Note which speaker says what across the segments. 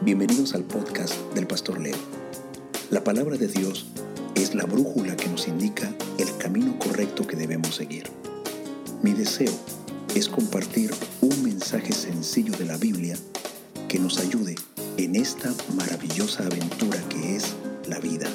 Speaker 1: Bienvenidos al podcast del Pastor Leo. La palabra de Dios es la brújula que nos indica el camino correcto que debemos seguir. Mi deseo es compartir un mensaje sencillo de la Biblia que nos ayude en esta maravillosa aventura que es la vida.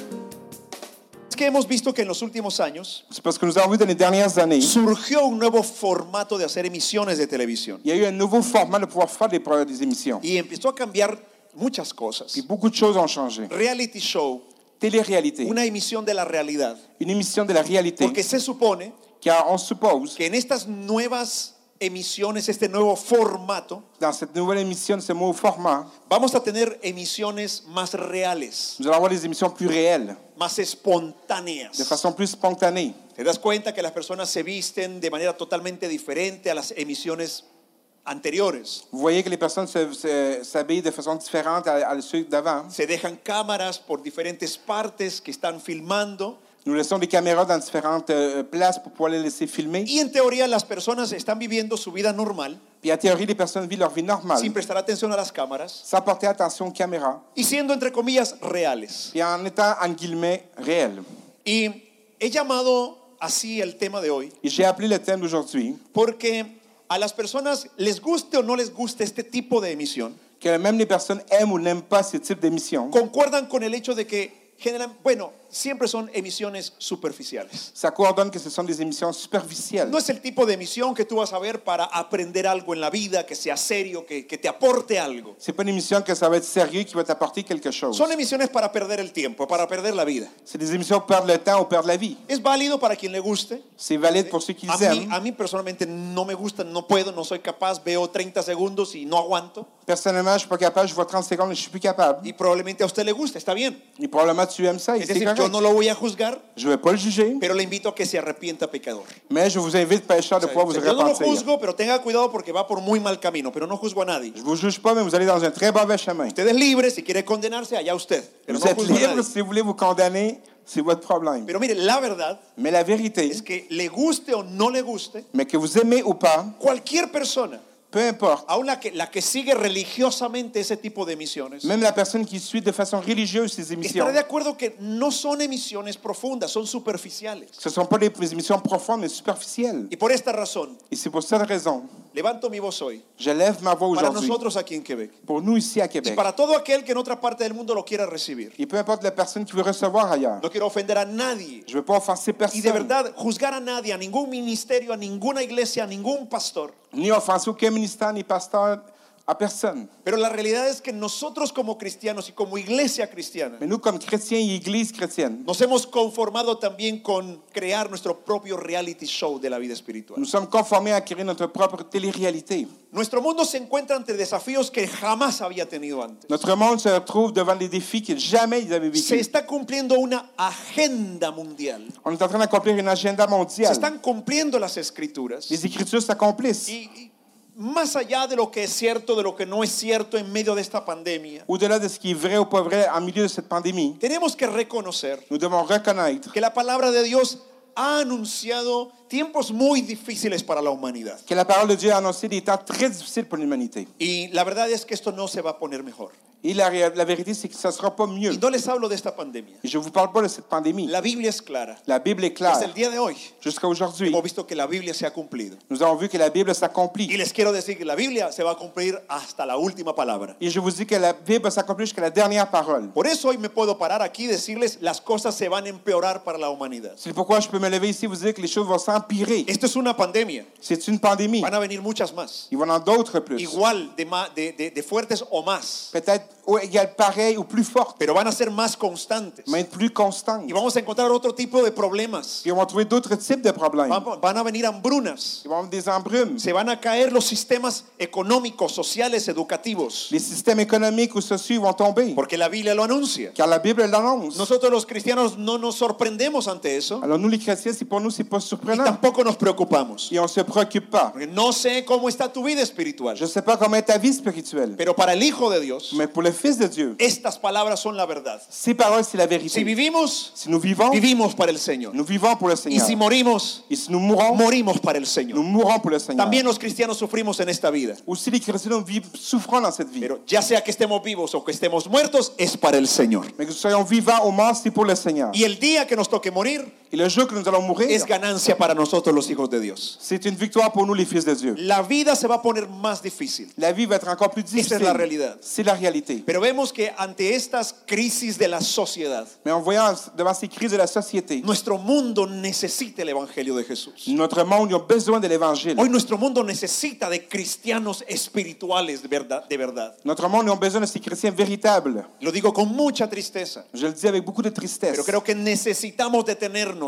Speaker 2: Es que hemos visto que en los últimos años
Speaker 3: C'est parce que nous avons vu dans les dernières années,
Speaker 2: surgió un nuevo formato de hacer emisiones de televisión
Speaker 3: il y a eu un nouveau format de pouvoir faire des, pro- des émissions.
Speaker 2: y empezó a cambiar muchas cosas.
Speaker 3: Puis beaucoup de choses ont changé.
Speaker 2: Reality show,
Speaker 3: Télé-réalité,
Speaker 2: una emisión de la realidad,
Speaker 3: une émission de la réalité,
Speaker 2: porque se supone
Speaker 3: car on suppose que
Speaker 2: que en estas nuevas emisiones, este nuevo formato,
Speaker 3: dans cette nouvelle émission, de ce nouveau format,
Speaker 2: vamos a tener emisiones más reales,
Speaker 3: nous allons avoir des émissions plus réelles,
Speaker 2: más
Speaker 3: de
Speaker 2: espontáneas.
Speaker 3: façon plus spontanée.
Speaker 2: Te das cuenta que las personas se visten de manera totalmente diferente a las emisiones anteriores.
Speaker 3: Vous voyez que les personnes se- se- s'habillent de façon différente à, à ceux d'avant.
Speaker 2: Se dejan cámaras por diferentes partes que están filmando.
Speaker 3: Nous laissons des caméras dans différentes euh, places pour pouvoir les laisser filmer.
Speaker 2: Y en teoría las personas están viviendo su vida normal,
Speaker 3: Puis en théorie, les personnes vivent leur vie normale,
Speaker 2: sin prestar atención a las cámaras,
Speaker 3: sans porter attention aux caméras,
Speaker 2: y siendo entre comillas reales.
Speaker 3: puis en étant, en guillemets, réelles.
Speaker 2: Y he llamado así el tema de hoy,
Speaker 3: Et j'ai appelé le thème d'aujourd'hui
Speaker 2: porque a las personas les guste o no les guste este tipo de emisión,
Speaker 3: que même les personnes aiment ou n'aiment pas ce type d'émission.
Speaker 2: concuerdan con el hecho de que generan, bueno, siempre son emisiones superficiales.
Speaker 3: Ça coordonne que ce sont des émissions superficielles.
Speaker 2: No es el tipo de emisión que tú vas a ver para aprender algo en la vida, que sea serio, que, que te aporte algo.
Speaker 3: C'est pas une émission que ça va être sérieux qui va t'apporter quelque chose.
Speaker 2: Son emisiones para perder el tiempo, para perder la vida.
Speaker 3: C'est des émissions pour perdre le temps ou perdre la vie.
Speaker 2: Es válido para quien le guste.
Speaker 3: C'est valide pour ceux qui les
Speaker 2: A mí,
Speaker 3: aiment.
Speaker 2: a mí personalmente no me gusta, no puedo, no soy capaz, veo 30 segundos y no aguanto.
Speaker 3: Personnellement, je suis pas capable, je vois 30 secondes et je suis plus capable.
Speaker 2: Y probablemente a usted le guste, está bien.
Speaker 3: Et probablement tu aimes ça et
Speaker 2: Es
Speaker 3: c'est
Speaker 2: decir, yo
Speaker 3: correct.
Speaker 2: no lo voy a juzgar,
Speaker 3: Je vais pas le juger,
Speaker 2: pero le invito a que se arrepienta pecador.
Speaker 3: mais je vous invite, pêcheurs, de
Speaker 2: O sea,
Speaker 3: pouvoir vous
Speaker 2: yo no lo
Speaker 3: repentir.
Speaker 2: juzgo, pero tenga cuidado porque va por muy mal camino, pero no juzgo a nadie.
Speaker 3: Je vous juge pas, mais vous allez dans un très mauvais chemin.
Speaker 2: Usted es libre, si quiere condenarse, allá usted. Pero
Speaker 3: Vous
Speaker 2: no
Speaker 3: êtes
Speaker 2: juzgo a
Speaker 3: libre,
Speaker 2: nadie.
Speaker 3: si vous voulez vous condamner, c'est votre problème.
Speaker 2: Pero mire, la verdad
Speaker 3: Mais la vérité,
Speaker 2: es que le guste o no le guste,
Speaker 3: mais que vous aimez ou pas,
Speaker 2: cualquier persona,
Speaker 3: peu importe,
Speaker 2: aun la que, la que sigue religiosamente ese tipo de emisiones,
Speaker 3: Même la personne qui suit de façon religieuse ces émissions,
Speaker 2: Estaré de acuerdo que no son emisiones profundas, son superficiales.
Speaker 3: ce ne sont pas des émissions profondes mais superficielles.
Speaker 2: Y por esta razón,
Speaker 3: Et c'est pour cette raison,
Speaker 2: levanto mi voz hoy
Speaker 3: je lève ma voix
Speaker 2: para
Speaker 3: aujourd'hui
Speaker 2: nosotros aquí en Quebec
Speaker 3: pour nous ici à
Speaker 2: y
Speaker 3: Québec.
Speaker 2: para todo aquel que en otra parte del mundo lo quiera recibir.
Speaker 3: Et peu importe la personne qui veut recevoir ailleurs,
Speaker 2: No quiero ofender a nadie
Speaker 3: je ne veux pas offenser
Speaker 2: y de
Speaker 3: personne,
Speaker 2: verdad juzgar a nadie, a ningún ministerio, a ninguna iglesia, a ningún pastor.
Speaker 3: ni offenser aucun ministère, ni pasteur, à personne.
Speaker 2: Pero la realidad es que nosotros como cristianos y como iglesia cristiana
Speaker 3: Mais nous, comme chrétiens et église chrétienne,
Speaker 2: nos hemos conformado también con crear nuestro propio reality show de la vida espiritual.
Speaker 3: nous sommes conformés à créer notre propre télé-réalité.
Speaker 2: Nuestro mundo se encuentra ante desafíos que jamás había tenido antes.
Speaker 3: Notre monde se retrouve devant des défis que jamais ils avaient
Speaker 2: se
Speaker 3: vécu.
Speaker 2: está cumpliendo una agenda mundial.
Speaker 3: On est en train d'accomplir un agenda
Speaker 2: Se
Speaker 3: mondial.
Speaker 2: están cumpliendo las escrituras.
Speaker 3: Les Écritures s'accomplissent.
Speaker 2: Y, y más allá de lo que es cierto, de lo que no es cierto en medio de esta pandemia,
Speaker 3: Au-delà de ce qui est vrai ou pas vrai en milieu de cette pandémie,
Speaker 2: tenemos que reconocer
Speaker 3: nous devons reconnaître
Speaker 2: que la palabra de Dios ha anunciado tiempos muy difíciles para la humanidad.
Speaker 3: que la parole de Dieu a annoncé des temps très difficiles pour l'humanité.
Speaker 2: Y la verdad es que esto no se va a poner mejor.
Speaker 3: Et la, ré- la vérité, c'est que ça ne sera pas mieux.
Speaker 2: Y no les hablo de esta pandemia.
Speaker 3: Et je ne vous parle pas de cette pandémie.
Speaker 2: La Biblia es clara.
Speaker 3: La Bible est
Speaker 2: Hasta
Speaker 3: claire.
Speaker 2: el día de hoy
Speaker 3: Jusqu'à aujourd'hui,
Speaker 2: hemos visto que la Biblia se ha cumplido.
Speaker 3: nous avons vu que la Bible
Speaker 2: Y
Speaker 3: s'accomplit.
Speaker 2: les quiero decir que la Biblia se va a cumplir hasta la última palabra.
Speaker 3: Et je vous dis que la Bible s'accomplit jusqu'à la dernière parole.
Speaker 2: Por eso hoy me puedo parar aquí y decirles las cosas se van a empeorar para la humanidad.
Speaker 3: C'est pourquoi je peux me lever ici et vous dire que les choses vont s'empirer.
Speaker 2: Esto es una pandemia,
Speaker 3: C'est une pandémie.
Speaker 2: van a venir muchas más,
Speaker 3: Il va y en avoir d'autres plus.
Speaker 2: igual de, ma- de- de- de fuertes o más,
Speaker 3: Peut-être ou égale pareil ou plus forte,
Speaker 2: pero van a ser más constantes
Speaker 3: mais plus constante.
Speaker 2: y vamos a encontrar otro tipo de problemas.
Speaker 3: Puis on va trouver d'autres types de problèmes.
Speaker 2: Van, van a venir hambrunas,
Speaker 3: Il va y avoir des embrumes.
Speaker 2: se van a caer los sistemas económicos, sociales, educativos,
Speaker 3: Les systèmes économiques ou sociaux vont tomber,
Speaker 2: porque la Biblia lo anuncia.
Speaker 3: car la Bible l'annonce.
Speaker 2: Nosotros los cristianos no nos sorprendemos ante eso
Speaker 3: Alors nous, les chrétiens, c'est pour nous, c'est pas
Speaker 2: y
Speaker 3: surprenant.
Speaker 2: tampoco nos preocupamos.
Speaker 3: Et on se préoccupe pas.
Speaker 2: Porque no sé cómo está tu vida espiritual,
Speaker 3: Je sais pas comment est ta vie spirituelle,
Speaker 2: pero para el Hijo de Dios,
Speaker 3: mais pour le Fils de Dieu.
Speaker 2: Estas palabras son la verdad.
Speaker 3: Ces paroles, c'est la
Speaker 2: Si
Speaker 3: vérité.
Speaker 2: vivimos,
Speaker 3: Si nous vivons,
Speaker 2: vivimos para el Señor.
Speaker 3: nous vivons pour le
Speaker 2: Y
Speaker 3: Seigneur.
Speaker 2: si morimos,
Speaker 3: Et si nous mourons,
Speaker 2: morimos para el
Speaker 3: nous
Speaker 2: Señor.
Speaker 3: mourons pour le Seigneur.
Speaker 2: También los cristianos sufrimos en esta vida.
Speaker 3: Aussi, les chrétiens vivent souffrant dans cette vie.
Speaker 2: Pero ya sea que estemos vivos o que estemos muertos, es para el Señor.
Speaker 3: Mais que nous soyons vivants au mort, c'est pour le Seigneur.
Speaker 2: Y el día que nos toque morir,
Speaker 3: Et le jour que nous allons mourir,
Speaker 2: es ganancia para nosotros los hijos de Dios.
Speaker 3: c'est une victoire pour nous, les fils de Dieu.
Speaker 2: La vida se va a poner más difícil.
Speaker 3: La vie va être encore plus difficile.
Speaker 2: la réalité.
Speaker 3: C'est la réalité.
Speaker 2: Pero vemos que ante estas crisis de la sociedad,
Speaker 3: Mais en voyant devant ces crises de la société,
Speaker 2: nuestro mundo necesita el Evangelio de Jesús.
Speaker 3: notre monde, ils ont besoin de l'Évangile.
Speaker 2: Hoy nuestro mundo necesita de cristianos espirituales de verdad. De verdad.
Speaker 3: Notre monde, ils ont besoin de ces chrétiens véritables.
Speaker 2: Lo digo con mucha tristeza,
Speaker 3: Je le dis avec beaucoup de tristesse.
Speaker 2: pero creo que necesitamos detenernos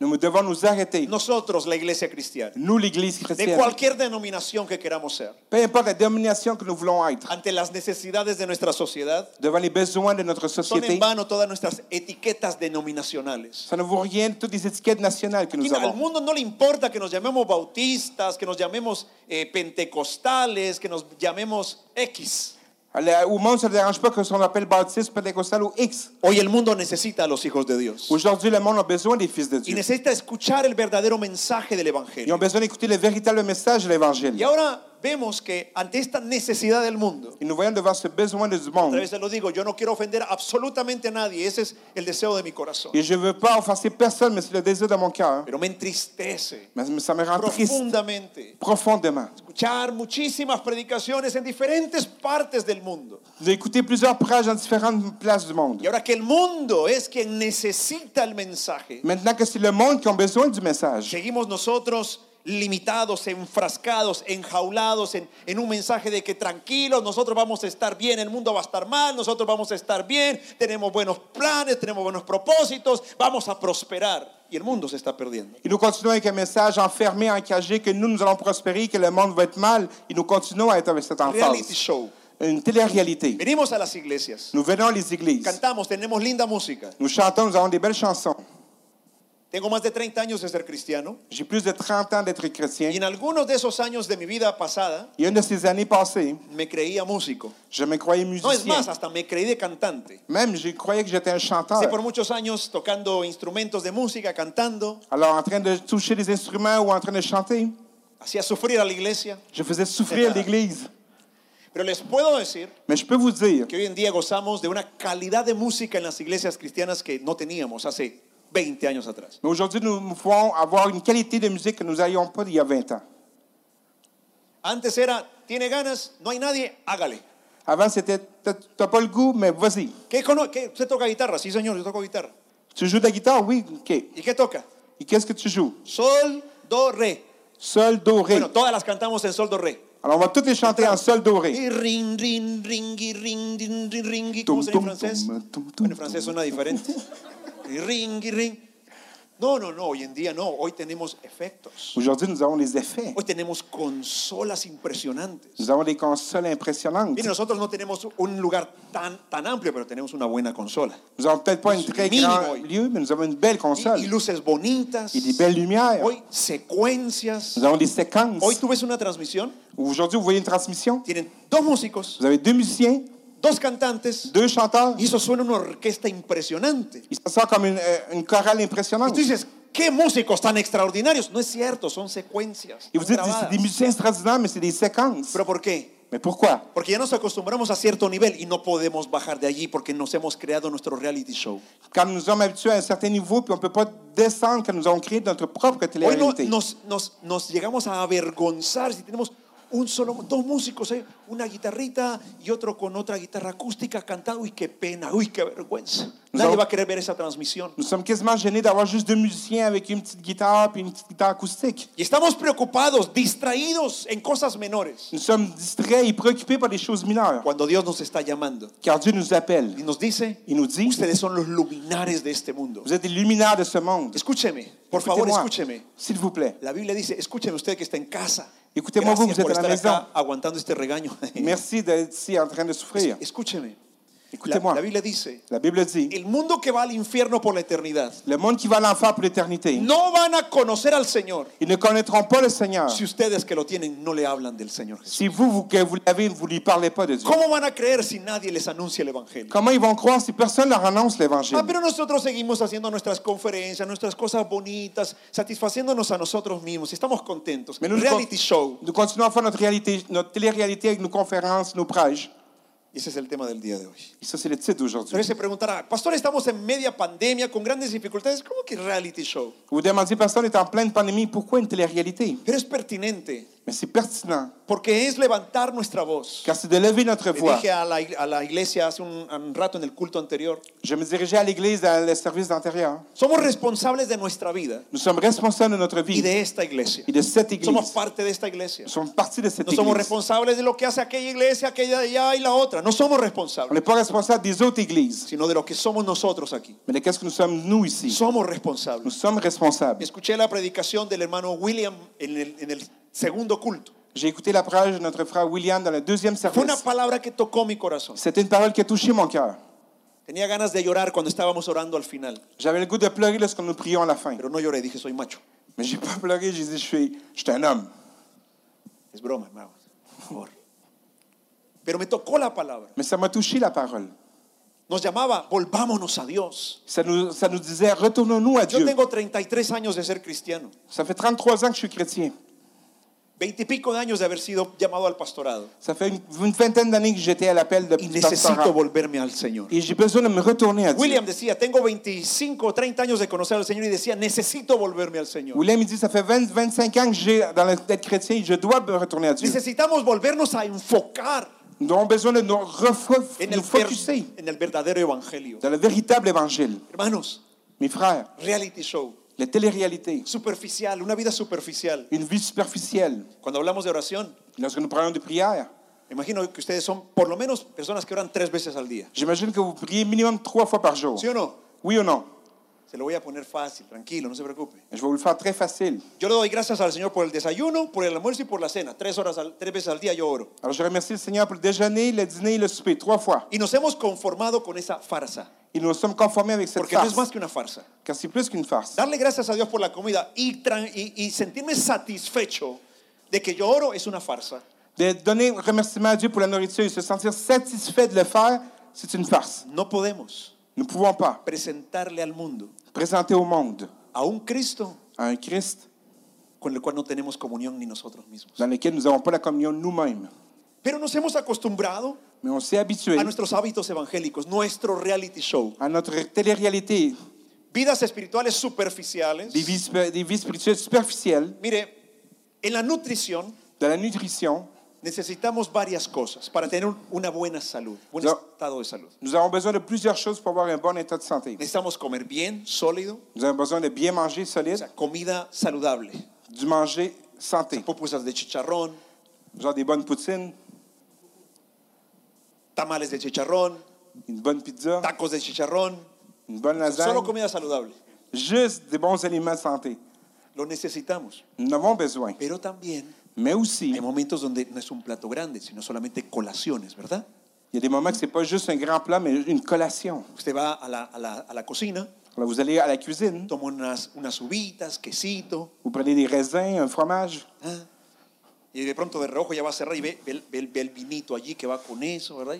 Speaker 3: Nous devons nous arrêter.
Speaker 2: nosotros, la iglesia cristiana,
Speaker 3: Nous, l'Église
Speaker 2: de
Speaker 3: chrétienne,
Speaker 2: cualquier denominación que queramos ser,
Speaker 3: peu importe la domination que nous voulons être,
Speaker 2: ante las necesidades de nuestra sociedad,
Speaker 3: devant les besoins de notre
Speaker 2: son en
Speaker 3: société,
Speaker 2: vano todas nuestras etiquetas denominacionales.
Speaker 3: ça ne vaut rien de toutes les étiquettes nationales que
Speaker 2: Aquí
Speaker 3: nous
Speaker 2: al
Speaker 3: avons.
Speaker 2: mundo no le importa que nos llamemos bautistas, que nos llamemos eh, pentecostales, que nos llamemos X.
Speaker 3: À la- Au monde, ça ne dérange pas que ce qu'on appelle baptiste, pentecostal ou X.
Speaker 2: Hoy el mundo necesita a los hijos de Dios.
Speaker 3: Aujourd'hui, le monde a besoin des fils de
Speaker 2: Y
Speaker 3: Dieu.
Speaker 2: necesita escuchar el verdadero mensaje del
Speaker 3: Ils ont
Speaker 2: Evangelio.
Speaker 3: besoin d'écouter le véritable message de
Speaker 2: Y
Speaker 3: l'Évangile.
Speaker 2: ahora vemos que ante esta necesidad del mundo,
Speaker 3: Et nous voyons devant ce besoin du
Speaker 2: otra
Speaker 3: monde.
Speaker 2: vez se lo digo, yo no quiero ofender absolutamente a nadie, ese es el deseo de mi corazón.
Speaker 3: Et je ne veux pas offenser personne, mais c'est le désir de mon cœur. hein.
Speaker 2: Pero me entristece
Speaker 3: Mais ça me rend triste
Speaker 2: profundamente
Speaker 3: profondément.
Speaker 2: escuchar muchísimas predicaciones en diferentes partes del mundo.
Speaker 3: J'ai écouté plusieurs prêches dans différentes places du
Speaker 2: Y
Speaker 3: monde.
Speaker 2: ahora que el mundo es quien necesita el mensaje,
Speaker 3: Maintenant que c'est le monde qui a besoin du message,
Speaker 2: seguimos nosotros limitados, enfrascados, enjaulados en, en un mensaje de que tranquilos, nosotros vamos a estar bien, el mundo va a estar mal, nosotros vamos a estar bien, tenemos buenos planes, tenemos buenos propósitos, vamos a prosperar. Y el mundo se está perdiendo.
Speaker 3: et nous continuons avec un message enfermé, encagé, que nous, nous allons prospérer, que le monde va être mal, et nous continuons à être avec cette
Speaker 2: Reality
Speaker 3: emphase.
Speaker 2: show.
Speaker 3: Une télé-réalité.
Speaker 2: Venimos a las iglesias,
Speaker 3: Nous venons les églises.
Speaker 2: cantamos, tenemos linda música.
Speaker 3: Nous chantons, nous avons des belles chansons.
Speaker 2: Tengo más de 30 años de ser cristiano
Speaker 3: J'ai plus de 30 ans d'être chrétien.
Speaker 2: y en algunos de esos años de mi vida pasada
Speaker 3: Et une de ces années passées,
Speaker 2: me creía músico.
Speaker 3: je me croyais
Speaker 2: No es más,
Speaker 3: musicien.
Speaker 2: hasta me creí de cantante.
Speaker 3: Même, je croyais que j'étais un chanteur.
Speaker 2: Pasé por muchos años tocando instrumentos de música, cantando,
Speaker 3: Alors, en train de toucher des instruments ou en train de chanter,
Speaker 2: hacía sufrir a la iglesia.
Speaker 3: je faisais souffrir l'Église.
Speaker 2: Pero les puedo decir
Speaker 3: Mais je peux vous dire
Speaker 2: que hoy en día gozamos de una calidad de música en las iglesias cristianas que no teníamos hace 20 años atrás.
Speaker 3: Mais aujourd'hui, nous pouvons avoir une qualité de musique que nous n'avions pas il y a 20 ans.
Speaker 2: Antes era, tiene ganas, no hay nadie, hágale.
Speaker 3: Avant, c'était t'as t'as pas le goût, mais vas-y.
Speaker 2: ¿Qué cono- qué- ¿Usted toca guitarra? Sí, señor, yo toco guitarra.
Speaker 3: Tu joues de la guitare? Oui, OK. Et
Speaker 2: ¿Y qué toca?
Speaker 3: qu'est-ce que tu joues?
Speaker 2: Sol, do, re.
Speaker 3: Sol, do, ré.
Speaker 2: Bueno, todas las cantamos en sol, do, re.
Speaker 3: Alors, on va toutes les chanter en sol, do, ré.
Speaker 2: Y ring, ring, ring, y ring, ring, ring, ring. y ¿Cómo
Speaker 3: Tum,
Speaker 2: será en
Speaker 3: tum,
Speaker 2: francés?
Speaker 3: tum, tum, tum,
Speaker 2: Bueno, en
Speaker 3: tum.
Speaker 2: francés suena diferente. Y ring, y ring. No, no, no, hoy en día no. Hoy tenemos efectos.
Speaker 3: Aujourd'hui, nous avons les effets.
Speaker 2: Hoy tenemos consolas impresionantes.
Speaker 3: Nous avons des consoles impressionnantes.
Speaker 2: Mire, nosotros no tenemos un lugar tan, tan amplio, pero tenemos una buena consola.
Speaker 3: Nous n'avons peut-être pas un très
Speaker 2: Minimo.
Speaker 3: grand lieu, mais nous avons une belle
Speaker 2: Y, y
Speaker 3: console.
Speaker 2: luces bonitas.
Speaker 3: Et des belles lumières.
Speaker 2: Hoy secuencias.
Speaker 3: Nous avons des séquences.
Speaker 2: Hoy tú ves una transmisión.
Speaker 3: Aujourd'hui, vous voyez une transmission.
Speaker 2: Tienen dos músicos,
Speaker 3: Vous avez deux musiciens,
Speaker 2: dos cantantes.
Speaker 3: deux chanteurs.
Speaker 2: Y eso suena una orquesta impresionante.
Speaker 3: Ils s'en sortent comme une, euh, une chorale
Speaker 2: Y
Speaker 3: impressionnante.
Speaker 2: tú dices, ¿qué músicos tan extraordinarios? No es cierto, son secuencias.
Speaker 3: Et vous
Speaker 2: son
Speaker 3: dites, c'est
Speaker 2: grabadas.
Speaker 3: des musiciens extraordinaires, mais c'est des séquences.
Speaker 2: ¿Pero por qué?
Speaker 3: Mais pourquoi?
Speaker 2: Porque ya nos acostumbramos a cierto nivel y no podemos bajar de allí porque nos hemos creado nuestro reality show.
Speaker 3: Quand nous sommes habitués à un certain niveau, puis on ne peut pas descendre quand nous avons créé notre propre
Speaker 2: Hoy no-
Speaker 3: télé-réalité.
Speaker 2: nos, nos- nos llegamos a avergonzar si tenemos un solo, dos músicos, eh, una guitarrita y otro con otra guitarra acústica cantando. Uy, qué pena, uy, qué vergüenza. Nadie
Speaker 3: ahora-
Speaker 2: va a querer ver esa transmisión.
Speaker 3: Nous sommes quasiment gênés d'avoir juste deux musiciens avec une petite guitare puis une petite guitare acoustique.
Speaker 2: Y estamos preocupados, distraídos en cosas menores.
Speaker 3: Nous sommes distraits et préoccupés par des choses mineures.
Speaker 2: Cuando Dios nos está llamando
Speaker 3: Car Dieu nous appelle.
Speaker 2: y nos dice,
Speaker 3: Il nous dit,
Speaker 2: ustedes son los luminares de este mundo.
Speaker 3: vous êtes des luminaires de ce monde.
Speaker 2: Escúcheme, por favor,
Speaker 3: Écoutez-moi,
Speaker 2: escúcheme.
Speaker 3: S'il vous plaît.
Speaker 2: La Biblia dice, escúcheme usted que está en casa.
Speaker 3: Écoutez-moi, vous,
Speaker 2: Gracias
Speaker 3: vous êtes
Speaker 2: por
Speaker 3: à la
Speaker 2: estar acá
Speaker 3: maison.
Speaker 2: aguantando este regaño.
Speaker 3: Merci d'être ici en train de souffrir.
Speaker 2: Escúcheme. La,
Speaker 3: Écoutez-moi,
Speaker 2: la Biblia dice,
Speaker 3: la Bible dit,
Speaker 2: el mundo que va al infierno por la eternidad,
Speaker 3: le monde qui va à l'enfer pour l'éternité,
Speaker 2: no van a conocer al Señor
Speaker 3: ils ne connaîtront pas le Seigneur.
Speaker 2: si ustedes que lo tienen no le hablan del Señor Jesús.
Speaker 3: Si vous, vous que vous l'avez, vous ne lui parlez pas de Dieu.
Speaker 2: ¿Cómo van a creer si nadie les anuncia el Evangelio?
Speaker 3: Comment ils vont croire si personne leur annonce l'évangile?
Speaker 2: Ah, pero nosotros seguimos haciendo nuestras conferencias, nuestras cosas bonitas, satisfaciéndonos a nosotros mismos. y Estamos contentos.
Speaker 3: Mais nous, nous
Speaker 2: Reality
Speaker 3: con-
Speaker 2: show.
Speaker 3: nous continuons à faire notre réalité, notre télé-réalité avec nos conférences, nos prêches.
Speaker 2: Y ese es el tema del día de hoy.
Speaker 3: Et ça, c'est le titre
Speaker 2: Tal
Speaker 3: d'aujourd'hui.
Speaker 2: vez se preguntará, pastor, estamos en media pandemia con grandes dificultades. ¿Cómo que reality show?
Speaker 3: Vous vous demandez, personne est en pleine pandémie, pourquoi une télé-réalité?
Speaker 2: Pero es pertinente
Speaker 3: Mais c'est pertinent,
Speaker 2: porque es levantar nuestra voz.
Speaker 3: car c'est de lever notre
Speaker 2: Le
Speaker 3: voix.
Speaker 2: dije a la, ig- a la iglesia hace un, un rato en el culto anterior,
Speaker 3: Je me dirigeais à l'église dans le service d'intérieur.
Speaker 2: somos responsables de nuestra vida
Speaker 3: Nous sommes responsables de notre
Speaker 2: y
Speaker 3: vie
Speaker 2: de esta iglesia.
Speaker 3: et de cette
Speaker 2: Somos
Speaker 3: église.
Speaker 2: parte de esta iglesia.
Speaker 3: Nous sommes partie de cette
Speaker 2: No somos
Speaker 3: église.
Speaker 2: responsables de lo que hace aquella iglesia, aquella de allá y la otra. No somos
Speaker 3: On
Speaker 2: responsables.
Speaker 3: n'est pas responsable des autres églises,
Speaker 2: sino de lo que somos nosotros aquí.
Speaker 3: mais de qu'est-ce que nous sommes nous ici.
Speaker 2: Somos
Speaker 3: Nous
Speaker 2: responsables.
Speaker 3: sommes responsables.
Speaker 2: Escuché la predicación del hermano William en el, en el segundo culto.
Speaker 3: J'ai écouté la prêche de notre frère William dans le deuxième
Speaker 2: Fue una
Speaker 3: service.
Speaker 2: palabra que tocó mi corazón.
Speaker 3: C'était une parole qui a touché mon cœur.
Speaker 2: Tenía ganas de llorar cuando estábamos orando al final,
Speaker 3: J'avais le goût de pleurer lorsque nous prions à la fin.
Speaker 2: pero no lloré, dije soy macho.
Speaker 3: Mais j'ai pas pleuré, j'ai dit, je suis, je suis un homme.
Speaker 2: Es broma, hermano. Por favor. Pero me tocó la palabra.
Speaker 3: Mais ça m'a touché la parole.
Speaker 2: Nos llamaba, volvámonos a Dios.
Speaker 3: Ça nous, ça nous disait, retournons-nous à
Speaker 2: Yo
Speaker 3: Dieu.
Speaker 2: tengo 33 años de ser cristiano,
Speaker 3: Ça fait 33 ans que je suis chrétien.
Speaker 2: 20 y pico de años de haber sido llamado al pastorado.
Speaker 3: Ça fait une, une vingtaine d'années que j'étais à l'appel de
Speaker 2: Y
Speaker 3: du
Speaker 2: necesito
Speaker 3: pastorat.
Speaker 2: volverme al Señor.
Speaker 3: Et j'ai besoin de me retourner à Dieu.
Speaker 2: William decía, tengo 25 o 30 años de conocer al Señor y decía, necesito volverme al Señor.
Speaker 3: William, il dit, ça fait 20, 25 ans que j'ai dans le- d'être chrétien et je dois me retourner à Dieu.
Speaker 2: Necesitamos volvernos a enfocar
Speaker 3: Nous avons besoin de nous, refo-
Speaker 2: en
Speaker 3: nous
Speaker 2: el, ver-
Speaker 3: focuser
Speaker 2: en el verdadero evangelio.
Speaker 3: dans le véritable évangile.
Speaker 2: Hermanos,
Speaker 3: Mes frères,
Speaker 2: reality show,
Speaker 3: la télé-réalité,
Speaker 2: superficial, una vida superficial.
Speaker 3: une vie superficielle.
Speaker 2: Cuando hablamos de oración,
Speaker 3: Lorsque nous parlons de prière,
Speaker 2: me imagino que ustedes son por lo menos personas que oran tres veces al día.
Speaker 3: j'imagine que vous priez minimum trois fois par jour.
Speaker 2: ¿Sí o no?
Speaker 3: Oui ou non?
Speaker 2: Se lo voy a poner fácil, tranquilo, no se preocupe.
Speaker 3: Je vais vous le faire très facile.
Speaker 2: Yo le doy gracias al Señor por el desayuno, por el almuerzo y por la cena. Tres, horas al- tres veces al día yo oro.
Speaker 3: Alors je remercie le Seigneur pour le déjeuner, le dîner et le souper, trois fois.
Speaker 2: Y nos hemos conformado con esa farsa,
Speaker 3: Et nous nous sommes conformés avec cette
Speaker 2: porque no
Speaker 3: farce,
Speaker 2: es más que una farsa.
Speaker 3: car c'est plus qu'une farce.
Speaker 2: Darle gracias a Dios por la comida y, tran- y- y sentirme satisfecho de que yo oro es una farsa.
Speaker 3: De donner remerciement à Dieu pour la nourriture et se sentir satisfait de le faire, c'est une farce.
Speaker 2: No podemos
Speaker 3: Nous ne pouvons pas
Speaker 2: presentarle al mundo
Speaker 3: présenter au monde
Speaker 2: a un Cristo
Speaker 3: un Christ
Speaker 2: con el cual no tenemos comunión ni nosotros mismos.
Speaker 3: dans lequel nous n'avons pas la communion nous-mêmes.
Speaker 2: Pero nos hemos acostumbrado
Speaker 3: Mais on s'est habitué
Speaker 2: a nuestros hábitos evangélicos, nuestro reality show,
Speaker 3: à notre télé-réalité,
Speaker 2: vidas espirituales
Speaker 3: des
Speaker 2: superficiales.
Speaker 3: vies, sp- des vies spirituelles superficielles,
Speaker 2: Mire, en la nutrición
Speaker 3: de la nutrition.
Speaker 2: necesitamos varias cosas para tener un- una buena salud, buen
Speaker 3: No.
Speaker 2: estado de salud.
Speaker 3: Nous avons besoin de plusieurs choses pour avoir un bon état de santé.
Speaker 2: Necesitamos comer bien, sólido,
Speaker 3: Nous avons besoin de bien manger
Speaker 2: o
Speaker 3: solide,
Speaker 2: sea, comida saludable,
Speaker 3: du manger santé,
Speaker 2: pupusas de chicharrón,
Speaker 3: genre des bonnes poutines,
Speaker 2: tamales de chicharrón,
Speaker 3: une bonne pizza,
Speaker 2: tacos de chicharrón,
Speaker 3: une bonne
Speaker 2: solo
Speaker 3: lasagne,
Speaker 2: comida saludable.
Speaker 3: juste des bons aliments santé.
Speaker 2: Lo necesitamos,
Speaker 3: Nous en avons besoin.
Speaker 2: pero también
Speaker 3: Mais aussi,
Speaker 2: hay momentos donde no es un plato grande, sino solamente colaciones, ¿verdad?
Speaker 3: il y a des moments que c'est pas juste un grand plat, mais une collation.
Speaker 2: Usted va a la, a la, a la cocina,
Speaker 3: Alors vous allez à la cuisine,
Speaker 2: toma unas, unas uvitas, quesito,
Speaker 3: vous prenez des raisins, un fromage,
Speaker 2: ah, y de pronto de reojo ya va a cerrar y ve, ve el- ve el- ve el vinito allí que va con eso, ¿verdad?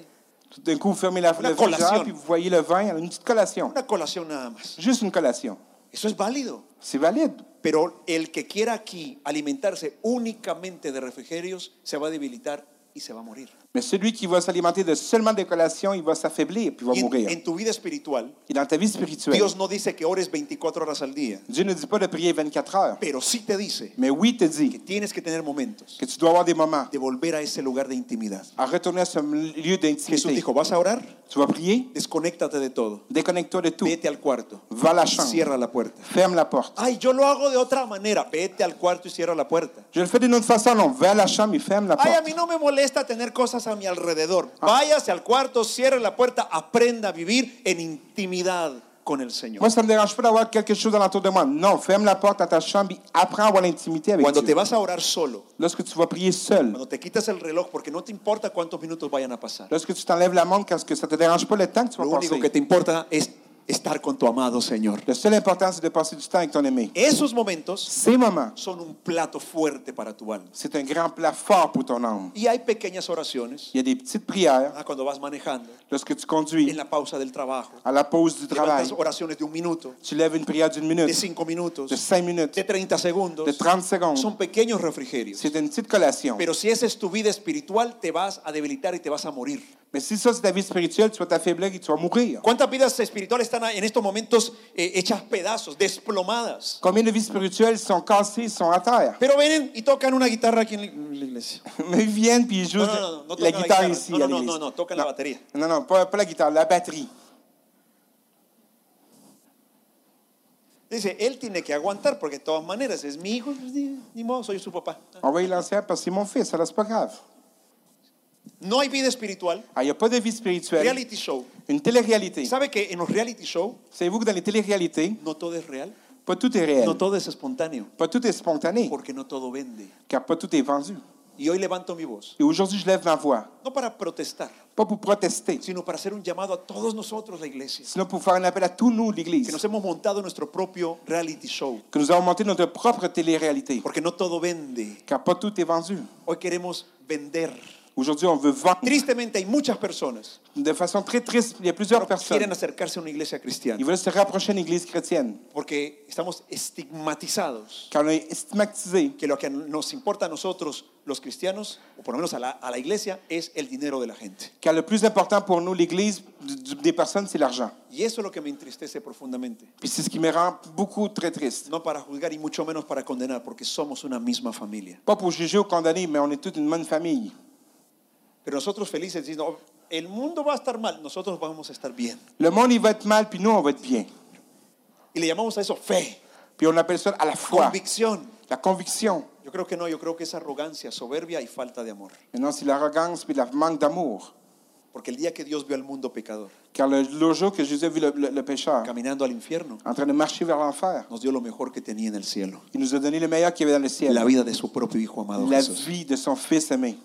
Speaker 3: tout d'un coup vous fermez la
Speaker 2: Una
Speaker 3: le frigidaire,
Speaker 2: collation.
Speaker 3: puis vous voyez le vin, alors une petite collation.
Speaker 2: Una colación nada más.
Speaker 3: Juste une collation.
Speaker 2: Eso es válido.
Speaker 3: C'est valide.
Speaker 2: Pero el que quiera aquí alimentarse únicamente de refrigerios se va a debilitar y se va a morir.
Speaker 3: Mais celui qui va s'alimenter de seulement des collations, il va s'affaiblir, puis il va
Speaker 2: Y en,
Speaker 3: mourir.
Speaker 2: en tu vida espiritual,
Speaker 3: Et dans ta vie spirituelle,
Speaker 2: Dios no dice que ores 24 horas al día,
Speaker 3: Dieu ne dit pas de prier 24 heures,
Speaker 2: pero sí te dice
Speaker 3: mais oui, il te
Speaker 2: que
Speaker 3: dit
Speaker 2: tienes que tener momentos
Speaker 3: que tu dois avoir des moments
Speaker 2: de volver a ese lugar de intimidad.
Speaker 3: à retourner à ce lieu
Speaker 2: Jesús
Speaker 3: d'intimité.
Speaker 2: dijo, ¿vas a orar?
Speaker 3: Tu vas prier,
Speaker 2: Desconéctate de todo.
Speaker 3: déconnecte-toi de tout,
Speaker 2: Vete al cuarto.
Speaker 3: va à la chambre,
Speaker 2: Cierra la puerta.
Speaker 3: ferme la porte.
Speaker 2: Ay, yo lo hago de otra manera. Vete al cuarto y cierra la puerta.
Speaker 3: Je le fais d'une autre façon, non, va à la chambre et ferme la
Speaker 2: Ay, a
Speaker 3: porte.
Speaker 2: mí no me molesta tener cosas a mi alrededor. Váyase al cuarto, cierre la puerta, aprenda a vivir en intimidad con el Señor.
Speaker 3: Moi, ça ne me dérange pas d'avoir quelque chose à l'entour de moi. Non, ferme la porte à ta chambre et apprends à avoir l'intimité avec
Speaker 2: Cuando te
Speaker 3: Dieu.
Speaker 2: vas a orar solo,
Speaker 3: Lorsque tu vas prier seul,
Speaker 2: cuando te quitas el reloj porque no te importa cuántos minutos vayan a pasar,
Speaker 3: lorsque tu t'enlèves la montre parce que ça ne te dérange pas le temps que tu vas
Speaker 2: lo único
Speaker 3: passer,
Speaker 2: que te importa es estar con tu amado Señor.
Speaker 3: le seul important, c'est de passer du temps avec ton aimé.
Speaker 2: Esos momentos
Speaker 3: Ces moments,
Speaker 2: son un plato fuerte para tu alma.
Speaker 3: c'est un grand plat fort pour ton âme.
Speaker 2: Y hay pequeñas oraciones
Speaker 3: Il y a des petites prières
Speaker 2: ah, cuando vas manejando,
Speaker 3: lorsque tu
Speaker 2: en
Speaker 3: conduis,
Speaker 2: la pausa del trabajo.
Speaker 3: à la pause du
Speaker 2: Levantas
Speaker 3: travail.
Speaker 2: oraciones de un minuto,
Speaker 3: Tu lèves une prière d'une
Speaker 2: de
Speaker 3: minute,
Speaker 2: cinco minutos,
Speaker 3: de cinq minutes,
Speaker 2: de 30 segundos.
Speaker 3: de 30 secondes.
Speaker 2: Son pequeños refrigerios.
Speaker 3: C'est une petite collation.
Speaker 2: Pero si esa es tu vida espiritual, te vas a debilitar y te vas a morir.
Speaker 3: Mais si ça, c'est ta vie spirituelle, tu vas t'affaiblir et tu vas mourir.
Speaker 2: ¿Cuántas vidas espirituales están en estos momentos eh, hechas pedazos, desplomadas?
Speaker 3: Combien de vies spirituelles sont cassées, sont à terre?
Speaker 2: Pero vienen y tocan una guitarra aquí en la en la iglesia.
Speaker 3: Mais ils viennent puis ils jouent
Speaker 2: No, no, no, no, no
Speaker 3: la
Speaker 2: tocan la
Speaker 3: guitare
Speaker 2: guitarra.
Speaker 3: ici
Speaker 2: No, no,
Speaker 3: à
Speaker 2: no,
Speaker 3: l'église.
Speaker 2: no, no, tocan la batterie.
Speaker 3: Non, non, pas, pas la guitare, la batterie.
Speaker 2: Dice, él tiene que aguantar porque de todas maneras es mi hijo, pues, ni, ni modo, soy su papá.
Speaker 3: On va y lancer un parce que c'est mon fils, alors c'est pas grave.
Speaker 2: No hay vida espiritual.
Speaker 3: Ah, Il n'y a pas de vie spirituelle.
Speaker 2: Reality show.
Speaker 3: Une télé-réalité.
Speaker 2: ¿Sabe que en los reality show
Speaker 3: Savez-vous que dans les télé-réalités,
Speaker 2: no todo es real?
Speaker 3: pas tout est réel,
Speaker 2: No todo es espontáneo.
Speaker 3: pas tout est spontané,
Speaker 2: Porque no todo vende.
Speaker 3: car pas tout est vendu.
Speaker 2: Y hoy levanto mi voz.
Speaker 3: Et aujourd'hui, je lève ma voix,
Speaker 2: No para protestar,
Speaker 3: pas pour protester,
Speaker 2: sino para hacer un llamado a todos nosotros, la iglesia.
Speaker 3: sinon pour faire un appel à tous nous,
Speaker 2: Que
Speaker 3: l'Église,
Speaker 2: nos hemos montado nuestro propio reality show.
Speaker 3: que nous avons monté notre propre télé-réalité,
Speaker 2: Porque no todo vende.
Speaker 3: car pas tout est vendu.
Speaker 2: Hoy queremos vender.
Speaker 3: Aujourd'hui, on veut vendre.
Speaker 2: Tristemente hay muchas personas
Speaker 3: De façon très triste, il y a
Speaker 2: que
Speaker 3: plusieurs
Speaker 2: no quieren
Speaker 3: personnes.
Speaker 2: acercarse a una iglesia
Speaker 3: Ils
Speaker 2: cristiana.
Speaker 3: veulent se rapprocher d'une Église chrétienne,
Speaker 2: Porque estamos estigmatizados.
Speaker 3: car on est stigmatisé.
Speaker 2: que lo que nos importa a nosotros los cristianos, o por lo menos a la, a la iglesia, es el dinero de la gente.
Speaker 3: Car le plus important pour nous, l'Église, du- du- des personnes, c'est l'argent.
Speaker 2: Y eso es lo que me entristece profundamente.
Speaker 3: Puis c'est ce qui me rend beaucoup très triste.
Speaker 2: No para juzgar y mucho menos para condenar, porque somos una misma familia.
Speaker 3: Pas pour juger ou condamner, mais on est toute une bonne famille.
Speaker 2: Pero nosotros felices diciendo, "Oh, el mundo va a estar mal, nosotros vamos a estar bien.
Speaker 3: Le monde, il va être mal, puis nous, on va être bien.
Speaker 2: Y le llamamos a eso fe,
Speaker 3: Puis on appelle ça à la foi,
Speaker 2: convicción.
Speaker 3: la conviction.
Speaker 2: Yo creo que no, yo creo que es arrogancia, soberbia y falta de amor.
Speaker 3: Mais non, c'est l'arrogance puis le manque d'amour.
Speaker 2: Porque el día que Dios vio al mundo pecador,
Speaker 3: Car le, le jour que Jésus a vu le, le- le pécheur
Speaker 2: caminando al infierno,
Speaker 3: en train de marcher vers l'enfer,
Speaker 2: nos dio lo mejor que tenía en el cielo,
Speaker 3: il nous a donné le meilleur qu'il y avait dans le ciel.
Speaker 2: la vida de su propio Hijo amado
Speaker 3: la
Speaker 2: Jesús.
Speaker 3: vie de son fils aimé.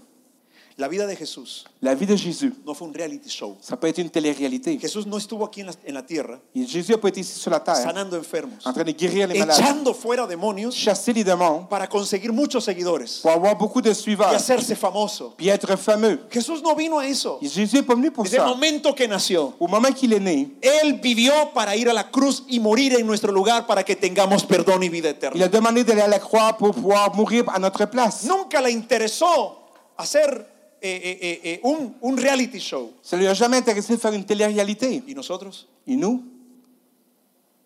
Speaker 2: La vida de Jesús
Speaker 3: La vie de Jésus,
Speaker 2: no fue un reality show.
Speaker 3: ça peut être une télé-réalité.
Speaker 2: Jesús no estuvo aquí en la, en la tierra
Speaker 3: Et Jésus n'a pas été ici sur la terre
Speaker 2: sanando enfermos,
Speaker 3: Ah, eh. en train de guérir les malades,
Speaker 2: echando fuera demonios
Speaker 3: chasser les démons
Speaker 2: para conseguir muchos seguidores
Speaker 3: pour avoir beaucoup de
Speaker 2: y
Speaker 3: suiveurs
Speaker 2: hacerse famoso.
Speaker 3: puis être fameux.
Speaker 2: Jesús no vino a eso.
Speaker 3: Et Jésus n'est pas venu pour
Speaker 2: Desde el
Speaker 3: ça.
Speaker 2: momento que nació,
Speaker 3: Au moment qu'il est né,
Speaker 2: Él vivió para ir a la cruz y morir en nuestro lugar para que tengamos perdón y vida
Speaker 3: il
Speaker 2: eterna.
Speaker 3: a demandé d'aller à la croix pour pouvoir mourir à notre place.
Speaker 2: Nunca le interesó hacer eh, eh, eh, eh, un, un reality show.
Speaker 3: Ça ne lui a jamais intéressé de faire une télé-réalité.
Speaker 2: ¿Y nosotros?
Speaker 3: Et nous,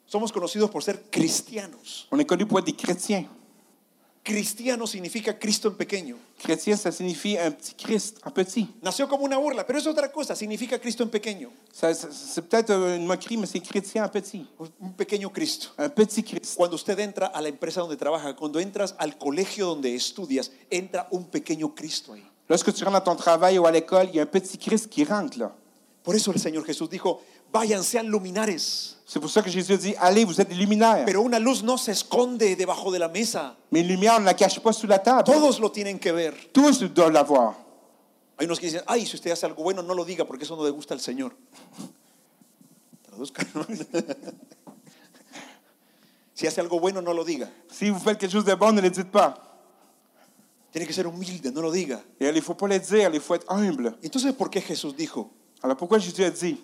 Speaker 2: Somos conocidos por ser cristianos.
Speaker 3: on est connus pour être des chrétiens.
Speaker 2: Cristiano significa Cristo en pequeño.
Speaker 3: Chrétien, ça signifie un petit Christ, un petit.
Speaker 2: Nació como una burla, pero es otra cosa, significa Cristo en pequeño.
Speaker 3: Ça- ça- C'est peut-être une moquerie, mais c'est chrétien, un petit.
Speaker 2: Un pequeño Cristo.
Speaker 3: Un petit Christ.
Speaker 2: Cuando usted entra a la empresa donde trabaja, cuando entras al colegio donde estudias, entra un pequeño Cristo ahí.
Speaker 3: Lorsque tu rentres à ton travail ou à l'école, il y a un petit Christ qui rentre là.
Speaker 2: Por eso el Señor Jesús dijo, váyanse a luminares.
Speaker 3: C'est pour ça que Jésus a dit Allez, vous êtes des luminaires.
Speaker 2: Pero una luz no se esconde debajo de la mesa.
Speaker 3: Mais une lumière, on ne la cache pas sous la table.
Speaker 2: Todos lo tienen que ver.
Speaker 3: Tous doivent la voir.
Speaker 2: Hay unos que dicen, ay, si usted hace algo bueno, no lo diga porque eso no le gusta al Señor. Traduzca. ¿no? si hace algo bueno, no lo diga.
Speaker 3: Si vous faites quelque chose de bon, ne le dites pas.
Speaker 2: Tiene que ser humilde, no lo diga.
Speaker 3: Et il ne faut pas le dire, il faut être humble.
Speaker 2: Entonces, ¿por qué Jesús dijo,
Speaker 3: Alors pourquoi Jésus a dit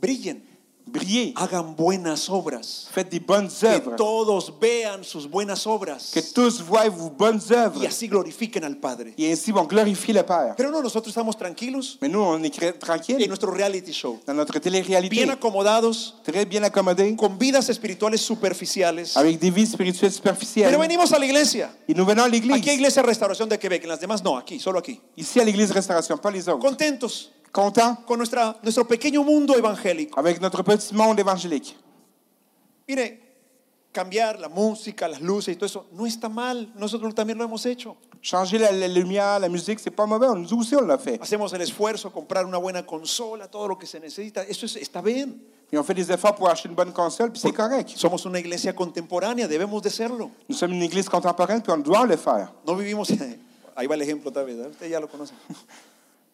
Speaker 2: brillen,
Speaker 3: Brillez,
Speaker 2: hagan buenas obras?
Speaker 3: faites des bonnes
Speaker 2: Que
Speaker 3: œuvres.
Speaker 2: todos vean sus buenas obras
Speaker 3: Que tous voient vos bonnes œuvres.
Speaker 2: y así glorifiquen al Padre.
Speaker 3: Et ainsi vont glorifier le Père.
Speaker 2: Pero no, nosotros estamos tranquilos
Speaker 3: Mais nous, on est cré-
Speaker 2: en
Speaker 3: tranquilles
Speaker 2: nuestro reality show,
Speaker 3: dans notre télé-réalité.
Speaker 2: bien acomodados,
Speaker 3: Très bien accommodés,
Speaker 2: con vidas espirituales superficiales.
Speaker 3: avec des vies spirituelles
Speaker 2: Pero
Speaker 3: superficielles.
Speaker 2: venimos a la iglesia.
Speaker 3: Et nous venons à
Speaker 2: Aquí hay
Speaker 3: l'Église.
Speaker 2: iglesia Restauración de Quebec, en las demás no, aquí, solo aquí.
Speaker 3: Ici, à l'Église Restauration, pas les autres.
Speaker 2: Contentos
Speaker 3: Contents
Speaker 2: con nuestra, nuestro pequeño mundo evangélico.
Speaker 3: avec notre petit monde évangélique.
Speaker 2: Mire, Cambiar la música, las luces y todo eso no está mal. Nosotros también lo hemos hecho.
Speaker 3: Changer la, la lumière, la musique, c'est pas mauvais. Nous aussi, on l'a fait.
Speaker 2: Hacemos el esfuerzo, comprar una buena consola, todo lo que se necesita. Eso es- está bien.
Speaker 3: Puis on fait des efforts pour acheter une bonne console, puis c'est correct.
Speaker 2: Somos una iglesia contemporánea, debemos de serlo.
Speaker 3: Nous sommes une église contemporaine, puis on doit le faire.
Speaker 2: No vivimos, ahí va el ejemplo otra vez, ¿eh? usted ya lo conoce.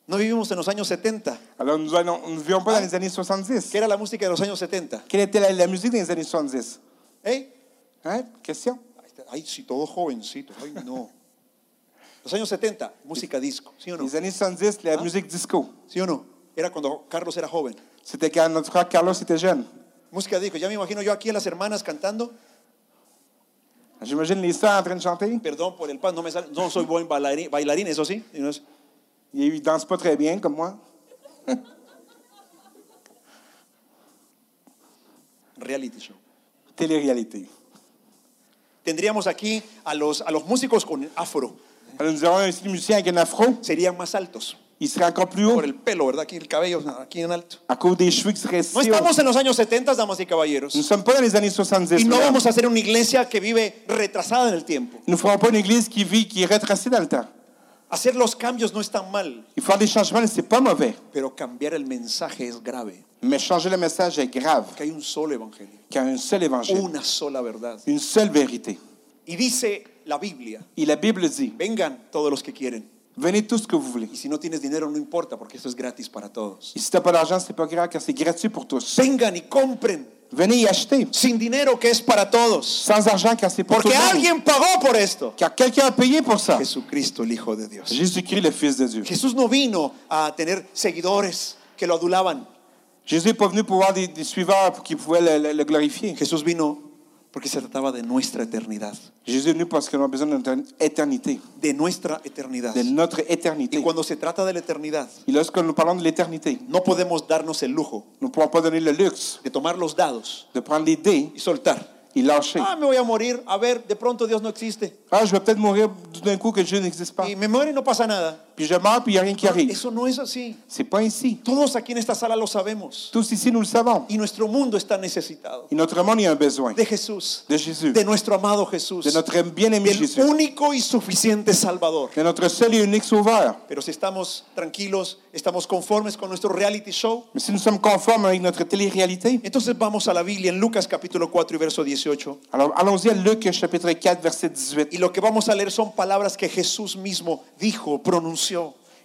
Speaker 2: No vivimos en los años 70.
Speaker 3: Alors, nous allons- nous ne vivions pas dans les années 70.
Speaker 2: ¿Qué era la música de los años 70?
Speaker 3: Quelle était la, la musique des années 70?
Speaker 2: ¿Eh?
Speaker 3: Hein? Question?
Speaker 2: Ahí está. Ay, sí, todo jovencito. Ay, no. Los años 70, música disco, ¿sí o no?
Speaker 3: Les années 70, la
Speaker 2: Hein?
Speaker 3: musique disco.
Speaker 2: ¿Sí o no? Era cuando Carlos era joven.
Speaker 3: C'était quand notre frère Carlos était jeune.
Speaker 2: Música disco, ya me imagino yo aquí a las hermanas cantando.
Speaker 3: J'imagine les sœurs en train de chanter.
Speaker 2: Perdón por el pan, no me sale. No soy buen bailarín, bailarín eso sí. Y no es-
Speaker 3: Ils ne dansent pas très bien, comme moi.
Speaker 2: Reality show.
Speaker 3: Télé-réalité.
Speaker 2: Tendríamos aquí a los, a los músicos con afro.
Speaker 3: Alors, nous avons un musicien avec un afro.
Speaker 2: Serían más altos.
Speaker 3: Il serait encore plus haut
Speaker 2: Por el pelo, ¿verdad? Aquí el cabello, aquí en alto.
Speaker 3: à cause des cheveux qui seraient si
Speaker 2: No
Speaker 3: hauts.
Speaker 2: estamos en los años 70, damas y
Speaker 3: Nous ne
Speaker 2: caballeros.
Speaker 3: sommes pas dans les années 70.
Speaker 2: Y no
Speaker 3: mesdames.
Speaker 2: vamos a ser una iglesia que vive retrasada en el tiempo.
Speaker 3: Nous ne ferons pas une église qui vit, qui est retracée dans le temps.
Speaker 2: Hacer los cambios no es tan mal,
Speaker 3: Il faut faire des changements, c'est pas mauvais.
Speaker 2: pero cambiar el mensaje es grave.
Speaker 3: Mais changer le message est grave.
Speaker 2: Que hay un solo evangelio,
Speaker 3: Car un seul évangile,
Speaker 2: una sola verdad.
Speaker 3: une seule vérité.
Speaker 2: Y dice la Biblia,
Speaker 3: Et la Bible dit
Speaker 2: vengan todos los que quieren.
Speaker 3: Venez tout ce que vous voulez.
Speaker 2: Y si no tienes dinero no importa, porque esto es gratis para todos.
Speaker 3: Et si t'as pas d'argent, c'est pas grave, car c'est gratuit pour tous.
Speaker 2: Vengan y compren
Speaker 3: Venez y acheter.
Speaker 2: sin dinero que es para todos.
Speaker 3: Sans argent, car c'est pour
Speaker 2: Porque
Speaker 3: tout le monde.
Speaker 2: alguien pagó por esto.
Speaker 3: Car quelqu'un a payé pour ça.
Speaker 2: Jesucristo, el Hijo de Dios.
Speaker 3: Jésus-Christ, le Fils de Dieu.
Speaker 2: Jesús no vino a tener seguidores que lo adulaban.
Speaker 3: Jésus n'est pas venu pour avoir des, des suiveurs pour qu'ils pouvaient le, le- le glorifier.
Speaker 2: Jesús vino porque se trataba de nuestra eternidad,
Speaker 3: Jésus est venu parce qu'on a besoin d'une éternité,
Speaker 2: de nuestra eternidad.
Speaker 3: de notre
Speaker 2: Y
Speaker 3: éternité.
Speaker 2: cuando se trata de la eternidad,
Speaker 3: Et lorsque nous parlons de l'éternité,
Speaker 2: no podemos darnos el lujo
Speaker 3: nous ne pouvons pas donner le luxe
Speaker 2: de tomar los dados
Speaker 3: de prendre les dés
Speaker 2: y soltar.
Speaker 3: et lâcher.
Speaker 2: Ah, me voy a morir. A ver, de pronto Dios no existe.
Speaker 3: Ah, je vais peut-être mourir tout d'un coup que Dieu n'existe pas.
Speaker 2: Y me muero y no pasa nada.
Speaker 3: Puis je meurs, puis il n'y a rien qui arrive.
Speaker 2: Eso no es así.
Speaker 3: C'est pas ainsi.
Speaker 2: Todos aquí en esta sala lo sabemos.
Speaker 3: Tous ici, nous le savons.
Speaker 2: Y nuestro mundo está necesitado
Speaker 3: Et notre monde y a un besoin
Speaker 2: de Jesús,
Speaker 3: de Jésus,
Speaker 2: de nuestro amado Jesús,
Speaker 3: de notre bien-aimé Jésus,
Speaker 2: del único y suficiente Salvador.
Speaker 3: de notre seul et unique sauveur.
Speaker 2: Pero si estamos tranquilos, estamos conformes con nuestro reality show,
Speaker 3: Mais si nous sommes conformes avec notre télé-réalité,
Speaker 2: Entonces vamos a la Biblia en Lucas capítulo 4 y verso 18.
Speaker 3: alors allons-y à Luc chapitre 4, verset
Speaker 2: Y
Speaker 3: 18.
Speaker 2: lo que vamos a leer son palabras que Jesús mismo dijo, pronunció.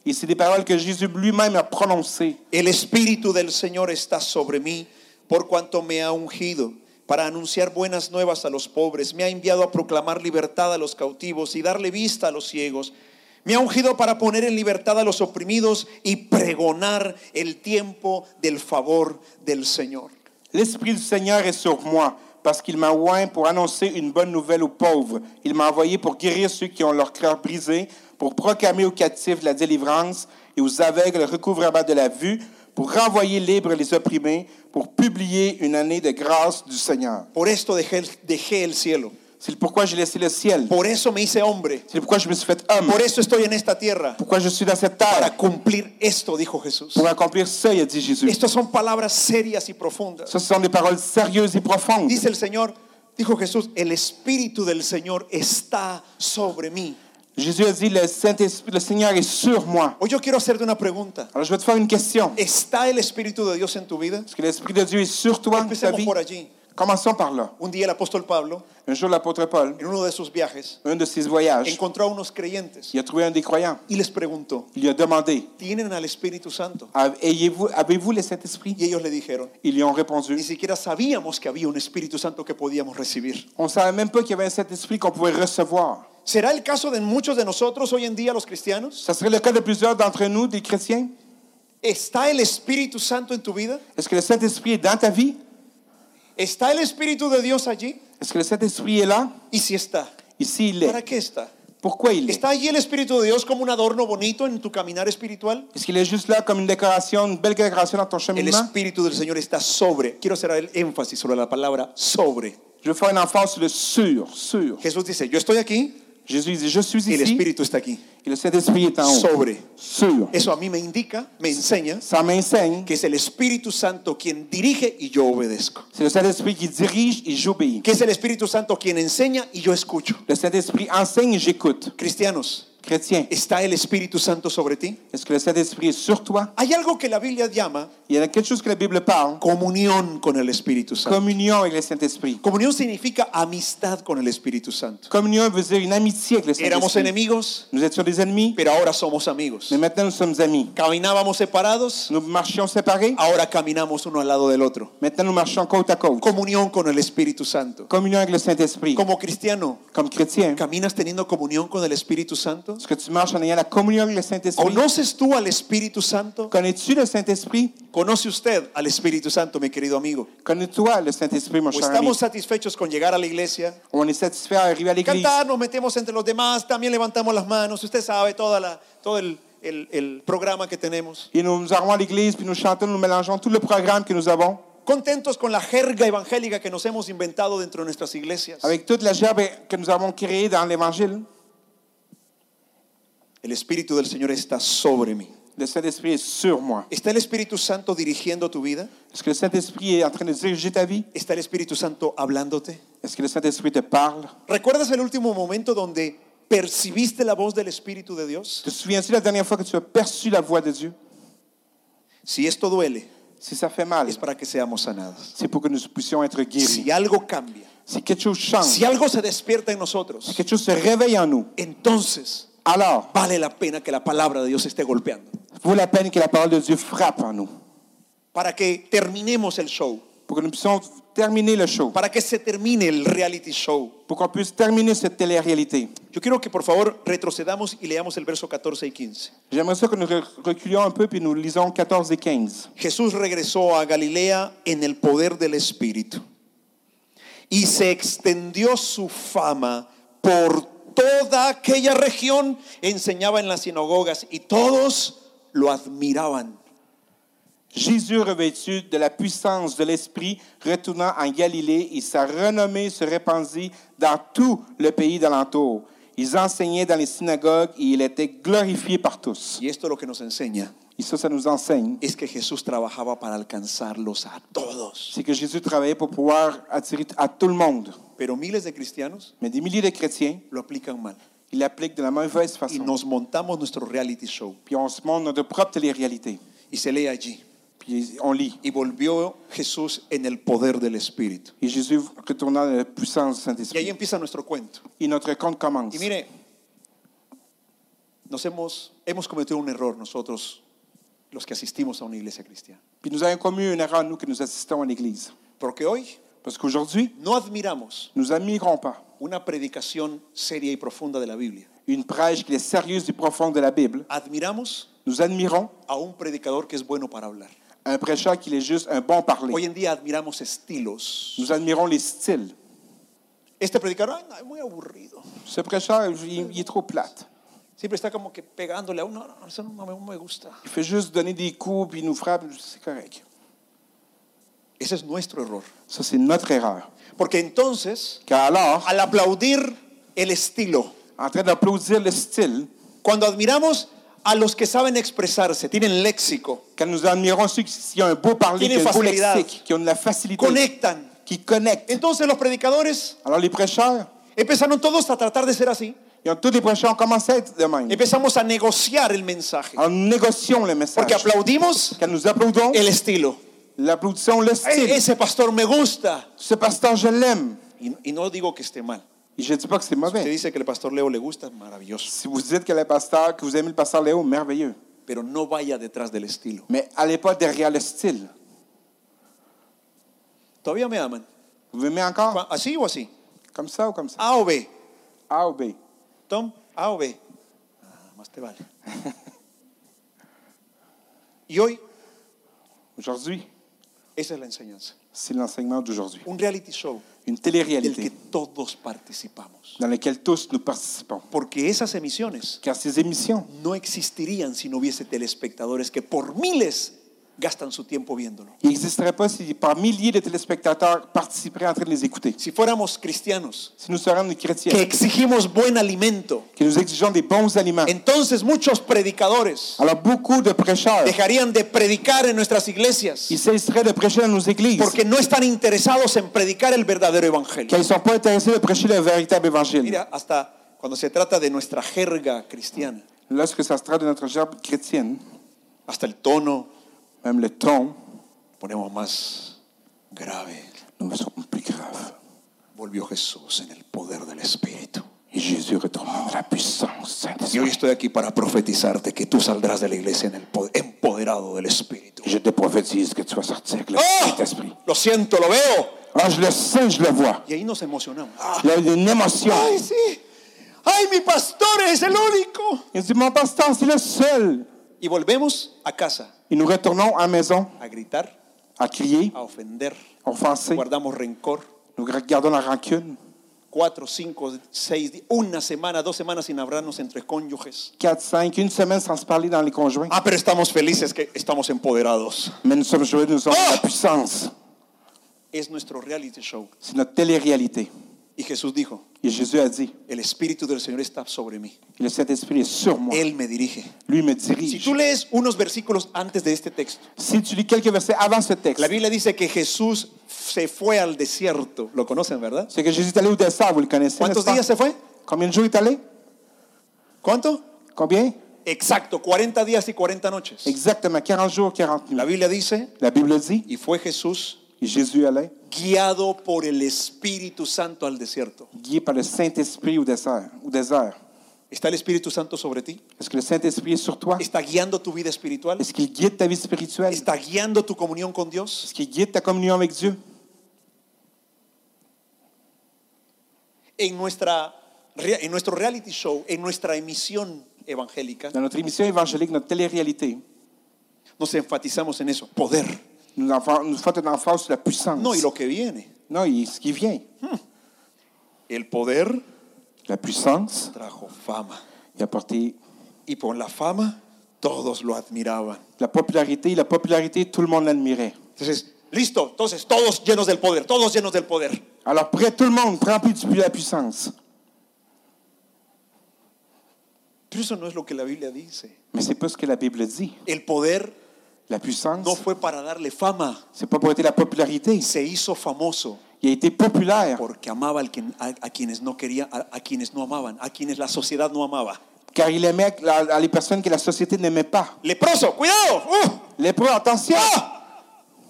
Speaker 3: Et c'est des paroles que Jésus lui-même a prononcées.
Speaker 2: El Espíritu del Señor está sobre mí, por cuanto me ha ungido para anunciar buenas nuevas a los pobres. Me ha enviado a proclamar libertad a los cautivos y darle vista a los ciegos. Me ha ungido para poner en libertad a los oprimidos y pregonar el tiempo del favor del Señor.
Speaker 3: L'Esprit du Seigneur est sur moi, parce qu'il m'a oint pour annoncer une bonne nouvelle aux pauvres. Il m'a envoyé pour guérir ceux qui ont leur cœur brisé, pour proclamer aux captifs la délivrance et aux aveugles le recouvrement de la vue, pour renvoyer libres les opprimés, pour publier une année de grâce du Seigneur.
Speaker 2: Por esto dejé, dejé el cielo.
Speaker 3: C'est pourquoi j'ai laissé le ciel.
Speaker 2: Por eso me hice hombre.
Speaker 3: C'est pourquoi je me suis fait homme.
Speaker 2: Por eso estoy en esta tierra,
Speaker 3: Pourquoi je suis dans cette
Speaker 2: para
Speaker 3: terre.
Speaker 2: cumplir esto, dijo Jesús.
Speaker 3: Pour accomplir ça, il a dit Jésus.
Speaker 2: Estas son palabras serias y profundas.
Speaker 3: Ça, ce sont des paroles sérieuses et profondes.
Speaker 2: Dice el Señor, dijo Jesús, el Espíritu del Señor está sobre mí.
Speaker 3: Jésus a dit, le Saint-Esprit, le Seigneur est sur moi.
Speaker 2: Hoy yo quiero hacerte una pregunta.
Speaker 3: Alors, je vais te faire une question.
Speaker 2: ¿Está el Espíritu de Dios en tu vida?
Speaker 3: Est-ce que l'Esprit de Dieu est sur toi, dans ta
Speaker 2: Empecemos
Speaker 3: vie?
Speaker 2: por allí.
Speaker 3: Commençons par là.
Speaker 2: Un día el apóstol Pablo,
Speaker 3: Un jour, l'apôtre Paul,
Speaker 2: en uno de sus viajes,
Speaker 3: un de ses voyages,
Speaker 2: encontró a unos creyentes
Speaker 3: il a trouvé un des croyants.
Speaker 2: y les preguntó,
Speaker 3: Il lui a demandé,
Speaker 2: ¿tienen al Espíritu Santo?
Speaker 3: Ayez-vous- avez-vous le Saint-Esprit?
Speaker 2: Y ellos le dijeron,
Speaker 3: Ils lui ont
Speaker 2: ni
Speaker 3: répondu,
Speaker 2: siquiera sabíamos que había un Espíritu Santo que podíamos recibir.
Speaker 3: on ne savait même pas qu'il y avait un Saint-Esprit qu'on pouvait recevoir.
Speaker 2: ¿Será el caso de muchos de nosotros hoy en día, los cristianos?
Speaker 3: Ça serait le cas de plusieurs d'entre nous, des chrétiens.
Speaker 2: ¿Está el Espíritu Santo en tu vida?
Speaker 3: Est-ce que le Saint-Esprit est dans ta vie?
Speaker 2: ¿Está el Espíritu de Dios allí?
Speaker 3: Est-ce que le Saint-Esprit est là?
Speaker 2: Y si está,
Speaker 3: Ici, il
Speaker 2: ¿para
Speaker 3: est.
Speaker 2: qué está?
Speaker 3: Pourquoi il est?
Speaker 2: ¿Está allí el Espíritu de Dios como un adorno bonito en tu caminar espiritual?
Speaker 3: Est-ce qu'il est juste là comme une décoration, une belle décoration dans ton
Speaker 2: El
Speaker 3: cheminement?
Speaker 2: Espíritu del Señor está sobre. Quiero hacer el énfasis sobre la palabra sobre.
Speaker 3: Je veux faire un enfant sur le sur, sur.
Speaker 2: Jesús dice, yo estoy aquí,
Speaker 3: Jésus il dit, je suis
Speaker 2: El
Speaker 3: ici
Speaker 2: Espíritu está aquí.
Speaker 3: et le Saint-Esprit est en haut.
Speaker 2: Sobre.
Speaker 3: Sûr.
Speaker 2: Eso a mí me indica, me enseña
Speaker 3: Ça m'enseigne
Speaker 2: que es el Espíritu Santo quien dirige y yo obedezco.
Speaker 3: c'est le Saint-Esprit qui dirige et j'obéis.
Speaker 2: Que es el Espíritu Santo quien enseña y yo escucho.
Speaker 3: Le Saint-Esprit enseigne et j'écoute.
Speaker 2: Cristianos,
Speaker 3: Chrétien,
Speaker 2: ¿está el Espíritu Santo sobre ti?
Speaker 3: est-ce que le Saint-Esprit est sur toi?
Speaker 2: Hay algo que la Biblia llama
Speaker 3: Il y a quelque chose que la Bible parle.
Speaker 2: comunión con el Espíritu Santo.
Speaker 3: Communion avec le Saint-Esprit.
Speaker 2: Comunión significa amistad con el Espíritu Santo.
Speaker 3: Communion veut dire une amitié avec le
Speaker 2: Éramos
Speaker 3: Saint-Esprit.
Speaker 2: enemigos,
Speaker 3: Nous étions des ennemis,
Speaker 2: pero ahora somos amigos.
Speaker 3: mais maintenant nous sommes amis.
Speaker 2: Caminábamos separados,
Speaker 3: Nous marchions séparés,
Speaker 2: ahora caminamos uno al lado del otro.
Speaker 3: maintenant nous marchons côte à côte.
Speaker 2: Comunión con el Espíritu Santo.
Speaker 3: Communion avec le Saint-Esprit.
Speaker 2: Como cristiano,
Speaker 3: Comme chrétien,
Speaker 2: ¿caminas teniendo comunión con el Espíritu Santo?
Speaker 3: est-ce que tu marches en ayant la communion avec le
Speaker 2: Oh,
Speaker 3: Saint-Esprit?
Speaker 2: ¿Conoces tú al Espíritu Santo?
Speaker 3: Connais-tu le Saint-Esprit?
Speaker 2: ¿Conoce usted al Espíritu Santo, mi querido amigo?
Speaker 3: Connais-toi le Saint-Esprit, mon
Speaker 2: ¿O
Speaker 3: cher ami?
Speaker 2: estamos satisfechos con llegar a la iglesia?
Speaker 3: On est satisfait d'arriver à l'église.
Speaker 2: Cantar, nos metemos entre los demás, también levantamos las manos. Usted sabe toda la, todo el- el- el programa que tenemos.
Speaker 3: Et nous nous arrivons à l'église, puis nous chantons, nous mélangeons tout le programme que nous avons
Speaker 2: contentos con la jerga evangélica que nos hemos inventado dentro de nuestras iglesias.
Speaker 3: avec toute la gerbe que nous avons créée dans l'Évangile.
Speaker 2: El Espíritu del Señor está sobre mí.
Speaker 3: Le Saint-Esprit est sur moi.
Speaker 2: ¿Está el Espíritu Santo dirigiendo tu vida?
Speaker 3: Est-ce que le Saint-Esprit est en train de diriger ta vie?
Speaker 2: ¿Está el Espíritu Santo hablándote?
Speaker 3: Est-ce que le Saint-Esprit te parle?
Speaker 2: ¿Recuerdas el último momento donde percibiste la voz del Espíritu de Dios?
Speaker 3: Te souviens-tu la dernière fois que tu as perçu la voix de Dieu?
Speaker 2: Si esto duele,
Speaker 3: Si ça fait mal,
Speaker 2: es para que seamos sanados.
Speaker 3: c'est pour que nous puissions être guéris.
Speaker 2: Si algo cambia,
Speaker 3: Si quelque chose change,
Speaker 2: si algo se despierta en
Speaker 3: si
Speaker 2: nosotros,
Speaker 3: quelque chose se réveille en nous,
Speaker 2: entonces
Speaker 3: alors
Speaker 2: vale la pena que la palabra de Dios esté golpeando.
Speaker 3: vaut la peine que la parole de Dieu frappe en nous.
Speaker 2: Para que terminemos el show,
Speaker 3: Pour que nous puissions terminer le show.
Speaker 2: para que se termine el reality show.
Speaker 3: Pour qu'on puisse terminer cette télé-réalité.
Speaker 2: Yo quiero que por favor retrocedamos y leamos el verso 14 y 15.
Speaker 3: J'aimerais ça que nous re- reculions un peu puis nous lisons 14 et 15.
Speaker 2: Jesús regresó a Galilea en el poder del Espíritu y se extendió su fama por toda aquella región, enseñaba en las sinagogas y todos lo admiraban.
Speaker 3: Jésus revêtu de la puissance de l'Esprit, retournant en Galilée, et sa renommée se répandit dans tout le pays d'alentour. Ils enseignaient dans les synagogues et il était glorifié par tous.
Speaker 2: Y esto lo que nos enseña
Speaker 3: Et ça, ça nous enseigne.
Speaker 2: es que Jesús trabajaba para alcanzarlos a todos.
Speaker 3: C'est que Jésus travaillait pour pouvoir attirer à tout le monde.
Speaker 2: Pero miles de cristianos
Speaker 3: Mais des milliers de chrétiens,
Speaker 2: lo aplican mal
Speaker 3: ils l'appliquent de la mauvaise
Speaker 2: y
Speaker 3: façon.
Speaker 2: nos montamos nuestro reality show
Speaker 3: Puis on se montre notre propre télé-réalité.
Speaker 2: y se lee allí.
Speaker 3: Puis on lit.
Speaker 2: Y volvió Jesús en el poder del Espíritu.
Speaker 3: Et Jésus retournant dans la puissance
Speaker 2: Y ahí
Speaker 3: du Saint-Esprit.
Speaker 2: empieza nuestro cuento.
Speaker 3: Et notre compte commence.
Speaker 2: Y mire, nos hemos, hemos cometido un error nosotros, los que asistimos a una iglesia cristiana.
Speaker 3: Puis nous avons commis une erreur, nous, que nous assistons à l'Église.
Speaker 2: Porque hoy
Speaker 3: Parce qu'aujourd'hui,
Speaker 2: no admiramos
Speaker 3: nous admirons pas
Speaker 2: una predicación seria y profunda de la Biblia.
Speaker 3: une prêche qui est sérieuse et profonde de la Bible.
Speaker 2: Admiramos
Speaker 3: Nous admirons
Speaker 2: a un predicador que es bueno para hablar.
Speaker 3: un prêcheur qui est juste un bon
Speaker 2: Hoy
Speaker 3: parler.
Speaker 2: en día admiramos estilos.
Speaker 3: Nous admirons les styles.
Speaker 2: Este predicador, ay, no, es muy aburrido.
Speaker 3: Ce prêcheur, il, il est trop plate.
Speaker 2: Siempre está como que pegándole a uno. No, no, eso no me- no me gusta.
Speaker 3: Il fait juste donner des coups, puis il nous frappe, c'est correct.
Speaker 2: Ese es nuestro error.
Speaker 3: Ça, c'est notre erreur.
Speaker 2: Porque entonces
Speaker 3: Car alors,
Speaker 2: al aplaudir el estilo.
Speaker 3: en train d'applaudir le style,
Speaker 2: Cuando admiramos a los que saben expresarse, tienen léxico,
Speaker 3: quand nous admirons ceux qui qui ont un beau parler,
Speaker 2: Qui
Speaker 3: qui ont un beau
Speaker 2: facilidad.
Speaker 3: lexique, qui ont de la facilité,
Speaker 2: conectan.
Speaker 3: qui connectent.
Speaker 2: Entonces los predicadores
Speaker 3: Alors les prêcheurs,
Speaker 2: empezaron todos a tratar de ser así.
Speaker 3: ils ont- tous les prêcheurs ont commencé à être de même.
Speaker 2: Empezamos a negociar el mensaje.
Speaker 3: En négocions le message.
Speaker 2: Porque aplaudimos
Speaker 3: Quand nous applaudons,
Speaker 2: el estilo.
Speaker 3: l'applaudissons le style.
Speaker 2: E- Ese pastor me gusta.
Speaker 3: Ce pasteur, je l'aime.
Speaker 2: Y, y no digo que esté mal.
Speaker 3: Et je ne dis pas que c'est
Speaker 2: Usted
Speaker 3: mauvais.
Speaker 2: dice que el pastor Leo le gusta, maravilloso.
Speaker 3: Si vous dites que le pasteur, que vous aimez le pasteur Léo, merveilleux.
Speaker 2: Pero no vaya detrás del estilo.
Speaker 3: Mais allez pas derrière le style.
Speaker 2: ¿Todavía me aman?
Speaker 3: Vous m'aimez encore?
Speaker 2: Juan, ¿Así o así?
Speaker 3: Comme ça ou comme ça?
Speaker 2: Ah, A o B.
Speaker 3: A ou B?
Speaker 2: Tom, A o B. Ah, más te vale. Y hoy,
Speaker 3: Aujourd'hui,
Speaker 2: esa es la enseñanza.
Speaker 3: c'est l'enseignement d'aujourd'hui.
Speaker 2: Un reality show
Speaker 3: Une
Speaker 2: del que
Speaker 3: télé-réalité
Speaker 2: todos participamos.
Speaker 3: dans laquelle tous nous participons.
Speaker 2: Porque esas emisiones
Speaker 3: Car ces émissions
Speaker 2: no existirían si no hubiese telespectadores que por miles gastan su tiempo viéndolo.
Speaker 3: Il n'existerait pas si par milliers de téléspectateurs participeraient en train de les écouter.
Speaker 2: Si fuéramos cristianos
Speaker 3: Si nous serions des chrétiens,
Speaker 2: que exigimos buen alimento,
Speaker 3: que nous exigeons des bons
Speaker 2: Ah.
Speaker 3: aliments,
Speaker 2: entonces muchos predicadores
Speaker 3: alors beaucoup de prêcheurs,
Speaker 2: dejarían de predicar en nuestras iglesias
Speaker 3: ils cesseraient de prêcher dans nos églises,
Speaker 2: porque no están interesados en predicar el verdadero
Speaker 3: qu'ils
Speaker 2: evangelio.
Speaker 3: ne sont pas intéressés de prêcher le véritable évangile.
Speaker 2: Mira, hasta cuando se trata de nuestra jerga cristiana,
Speaker 3: Lorsque ça se traite de notre gerbe chrétienne,
Speaker 2: hasta el tono
Speaker 3: même le ton,
Speaker 2: ponemos más grave.
Speaker 3: nous sommes plus graves.
Speaker 2: Volvió Jesús en el poder del Espíritu.
Speaker 3: Et Jésus retourne dans la puissance.
Speaker 2: Y
Speaker 3: Saint-Esprit.
Speaker 2: hoy estoy aquí para profetizarte que tú saldrás de la iglesia en el poder, empoderado del Espíritu.
Speaker 3: Je te prophétise que tu vas sortir avec le
Speaker 2: ¡Ah!
Speaker 3: Saint-Esprit.
Speaker 2: Lo siento, lo veo.
Speaker 3: Ah, je le sens, je le vois.
Speaker 2: Y ahí nos emocionamos.
Speaker 3: Il y a une émotion.
Speaker 2: ¡Ay, sí! ¡Ay, mi pastor es el único!
Speaker 3: Il dit, mon pasteur, c'est le seul.
Speaker 2: Y volvemos a casa
Speaker 3: Et nous retournons à la maison
Speaker 2: a gritar,
Speaker 3: à crier,
Speaker 2: a ofender.
Speaker 3: offenser.
Speaker 2: Guardamos rencor.
Speaker 3: Nous regardons la rancune.
Speaker 2: Cuatro, cinco, seis, di- una semana, dos semanas sin hablarnos entre cónyuges.
Speaker 3: 4, 5, une semaine sans se parler dans les conjoints.
Speaker 2: Ah, pero estamos felices que estamos empoderados.
Speaker 3: Mais nous sommes joyeux, nous sommes de
Speaker 2: Ah!
Speaker 3: la puissance.
Speaker 2: Es nuestro reality show.
Speaker 3: C'est notre télé-réalité.
Speaker 2: Y Jesús dijo,
Speaker 3: Et Jésus a dit,
Speaker 2: el Espíritu del Señor está sobre mí.
Speaker 3: le Saint-Esprit est sur moi.
Speaker 2: Él me dirige.
Speaker 3: Lui me
Speaker 2: Si
Speaker 3: dirige.
Speaker 2: tú lees unos versículos antes de este texto,
Speaker 3: Si tu lis quelques versets avant ce
Speaker 2: la
Speaker 3: texte,
Speaker 2: Biblia dice que Jesús se fue al desierto. Lo conocen, ¿verdad?
Speaker 3: c'est que Jésus est allé au dessert, vous le connaissez.
Speaker 2: ¿Cuántos
Speaker 3: n'est-ce pas?
Speaker 2: días se fue?
Speaker 3: Combien de jours il est allé?
Speaker 2: ¿Cuánto?
Speaker 3: Combien?
Speaker 2: Exacto, 40 días y 40 noches.
Speaker 3: Exactement, 40 jours, 40 nuits.
Speaker 2: La Biblia dice,
Speaker 3: La Bible dit,
Speaker 2: y fue Jesús
Speaker 3: et Jésus allait,
Speaker 2: guiado por el Espíritu Santo al desierto.
Speaker 3: guidé par le Saint-Esprit au dessert. Au désert.
Speaker 2: ¿Está el Espíritu Santo sobre ti?
Speaker 3: Est-ce que le Saint-Esprit est sur toi?
Speaker 2: ¿Está guiando tu vida espiritual?
Speaker 3: Est-ce qu'il guide ta vie spirituelle? Est-ce
Speaker 2: ¿Está guiando tu comunión con Dios?
Speaker 3: qu'il guide ta communion avec Dieu?
Speaker 2: En, nuestra, rea- en nuestro reality show, en nuestra emisión evangélica,
Speaker 3: Dans notre émission évangélique, notre télé-réalité,
Speaker 2: nos enfatizamos en eso, poder.
Speaker 3: nous, enfa- nous faisons une emphase sur la puissance.
Speaker 2: No, y lo que viene.
Speaker 3: Non, et ce qui vient.
Speaker 2: El poder
Speaker 3: La puissance,
Speaker 2: trajo fama.
Speaker 3: il a porté
Speaker 2: Y por la fama todos lo admiraban.
Speaker 3: la popularité. La popularité, tout le monde l'admirait.
Speaker 2: Entonces, listo, entonces todos llenos del poder, todos llenos del poder.
Speaker 3: Alors, près, tout le monde prend plus de la puissance.
Speaker 2: Pero eso no es lo que la Biblia dice.
Speaker 3: Mais c'est pas ce que la Bible dit.
Speaker 2: El poder
Speaker 3: La puissance,
Speaker 2: no fue para darle fama,
Speaker 3: c'est pas pour être la popularité.
Speaker 2: se hizo famoso
Speaker 3: Il a été populaire
Speaker 2: porque amaba al quien- a, a quienes no quería, a, a quienes no amaban, a quienes la sociedad no amaba.
Speaker 3: car il aimait la- la- les personnes que la société n'aimait pas.
Speaker 2: Leproso, cuidado, ¡Uh!
Speaker 3: Lépreux, attention!
Speaker 2: Ah!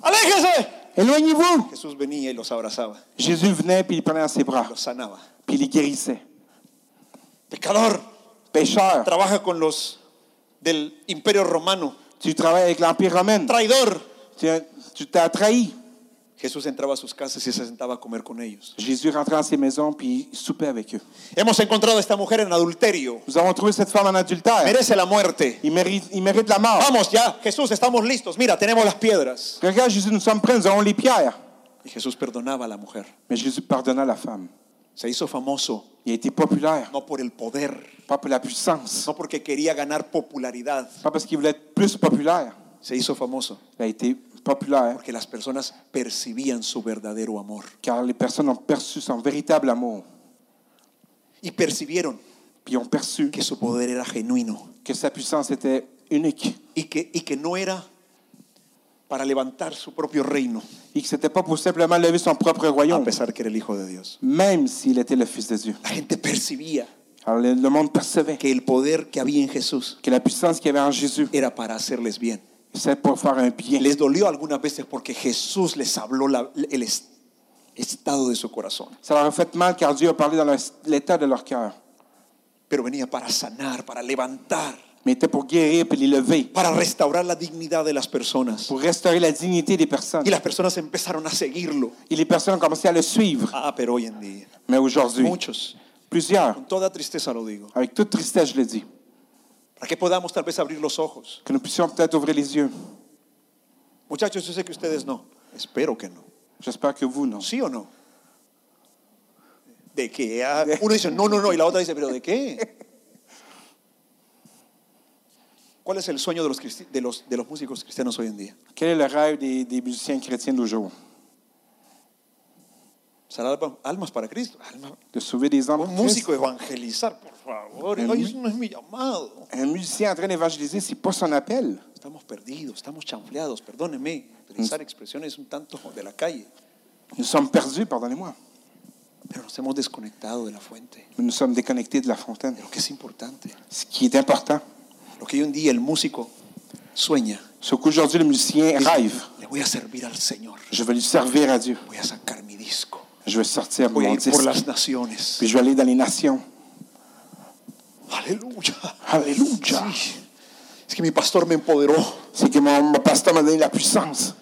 Speaker 2: aléjese.
Speaker 3: Éloignez-vous!
Speaker 2: Jesús venía y los abrazaba,
Speaker 3: Jésus venait, puis il prenait dans ses bras,
Speaker 2: los sanaba.
Speaker 3: puis il les guérissait.
Speaker 2: Pecador,
Speaker 3: Pécheur,
Speaker 2: trabaja con los del Imperio Romano.
Speaker 3: tu travailles avec l'Empire romain,
Speaker 2: Traidor.
Speaker 3: tu as- tu t'as trahi.
Speaker 2: Jesús entraba a sus casas y se sentaba a comer con ellos.
Speaker 3: Jésus rentrait dans ses maisons, puis il soupait avec eux.
Speaker 2: Hemos encontrado a esta mujer en adulterio.
Speaker 3: Nous avons trouvé cette femme en adultère.
Speaker 2: Merece la muerte.
Speaker 3: Il mérite, il mérite la mort.
Speaker 2: Vamos ya, Jesús, estamos listos. Mira, tenemos las piedras.
Speaker 3: Regarde, Jésus, nous sommes prêts, nous avons les pierres.
Speaker 2: Y Jesús perdonaba a la mujer.
Speaker 3: Mais Jésus pardonna la femme.
Speaker 2: Se hizo famoso
Speaker 3: Il a été populaire,
Speaker 2: no por el poder,
Speaker 3: pas pour la puissance,
Speaker 2: no porque quería ganar popularidad.
Speaker 3: pas parce qu'il voulait être plus populaire.
Speaker 2: Se hizo famoso
Speaker 3: Il a été populaire
Speaker 2: porque las personas percibían su verdadero amor
Speaker 3: car les personnes ont perçu son véritable amour,
Speaker 2: y percibieron
Speaker 3: puis ont perçu
Speaker 2: que su poder era genuino
Speaker 3: que sa puissance était unique
Speaker 2: y que, y que no era para levantar su propio reino,
Speaker 3: et que c'était pas pour simplement lever son propre
Speaker 2: a
Speaker 3: royaume,
Speaker 2: pesar que era el Hijo de Dios.
Speaker 3: même s'il était le Fils de Dieu.
Speaker 2: La gente percibía
Speaker 3: Alors le le monde percevait
Speaker 2: que el poder que había en Jesús
Speaker 3: que la puissance qu'il y avait en Jésus,
Speaker 2: era para hacerles bien.
Speaker 3: c'est pour faire un bien.
Speaker 2: Les dolió algunas veces porque Jesús les habló la- el es- estado de su corazón,
Speaker 3: Ça leur a fait mal car Dieu a parlé dans leur- l'état de leur cœur.
Speaker 2: pero venía para sanar, para levantar,
Speaker 3: Mais il était pour guérir puis les lever,
Speaker 2: para restaurar la dignidad de las personas.
Speaker 3: pour restaurer la dignité des personnes.
Speaker 2: Y las personas empezaron a seguirlo.
Speaker 3: Et les personnes ont commencé à le suivre.
Speaker 2: Ah, pero hoy en día,
Speaker 3: Mais aujourd'hui,
Speaker 2: muchos,
Speaker 3: plusieurs,
Speaker 2: con toda tristeza lo digo,
Speaker 3: avec toute tristesse, je le dis,
Speaker 2: para que podamos tal vez abrir los ojos.
Speaker 3: que nous puissions peut-être ouvrir les yeux.
Speaker 2: Muchachos, yo sé que ustedes no. Espero que no.
Speaker 3: J'espère que vous, non.
Speaker 2: ¿Sí o no? De que ah, uno dice no, no, no, y la otra dice, pero ¿de qué? ¿Cuál es el sueño de los, cristi- de los, de los músicos cristianos hoy en día?
Speaker 3: Quel est le rêve des, des musiciens chrétiens d'aujourd'hui?
Speaker 2: Salar alma- almas para Cristo. Alma-
Speaker 3: De sauver des âmes.
Speaker 2: un
Speaker 3: pour Christ.
Speaker 2: músico evangelizar, por favor.
Speaker 3: Amén.
Speaker 2: Ay, eso no es mi llamado.
Speaker 3: Un musicien en train d'évangéliser, c'est pas son appel.
Speaker 2: Estamos perdidos, estamos chanfleados. Perdóneme, utilizar expresiones un tanto de la calle.
Speaker 3: Nous sommes perdus, pardonnez-moi.
Speaker 2: Pero nos hemos desconectado de la fuente,
Speaker 3: Nous nous sommes déconnectés de la fontaine.
Speaker 2: de lo que es importante.
Speaker 3: Ce qui est important,
Speaker 2: Lo que hoy en día el músico sueña.
Speaker 3: c'est qu'aujourd'hui, le musicien
Speaker 2: es,
Speaker 3: rêve.
Speaker 2: Le voy a servir al Señor.
Speaker 3: Je vais lui servir à Dieu.
Speaker 2: Voy a sacar mi disco.
Speaker 3: Je vais sortir
Speaker 2: Voy a
Speaker 3: mon
Speaker 2: ir por
Speaker 3: disque.
Speaker 2: las naciones.
Speaker 3: Puis je vais aller dans les nations.
Speaker 2: Aleluya.
Speaker 3: Alléluia.
Speaker 2: Sí. Es que mi pastor me empoderó.
Speaker 3: C'est que mon, mon pasteur m'a donné la puissance.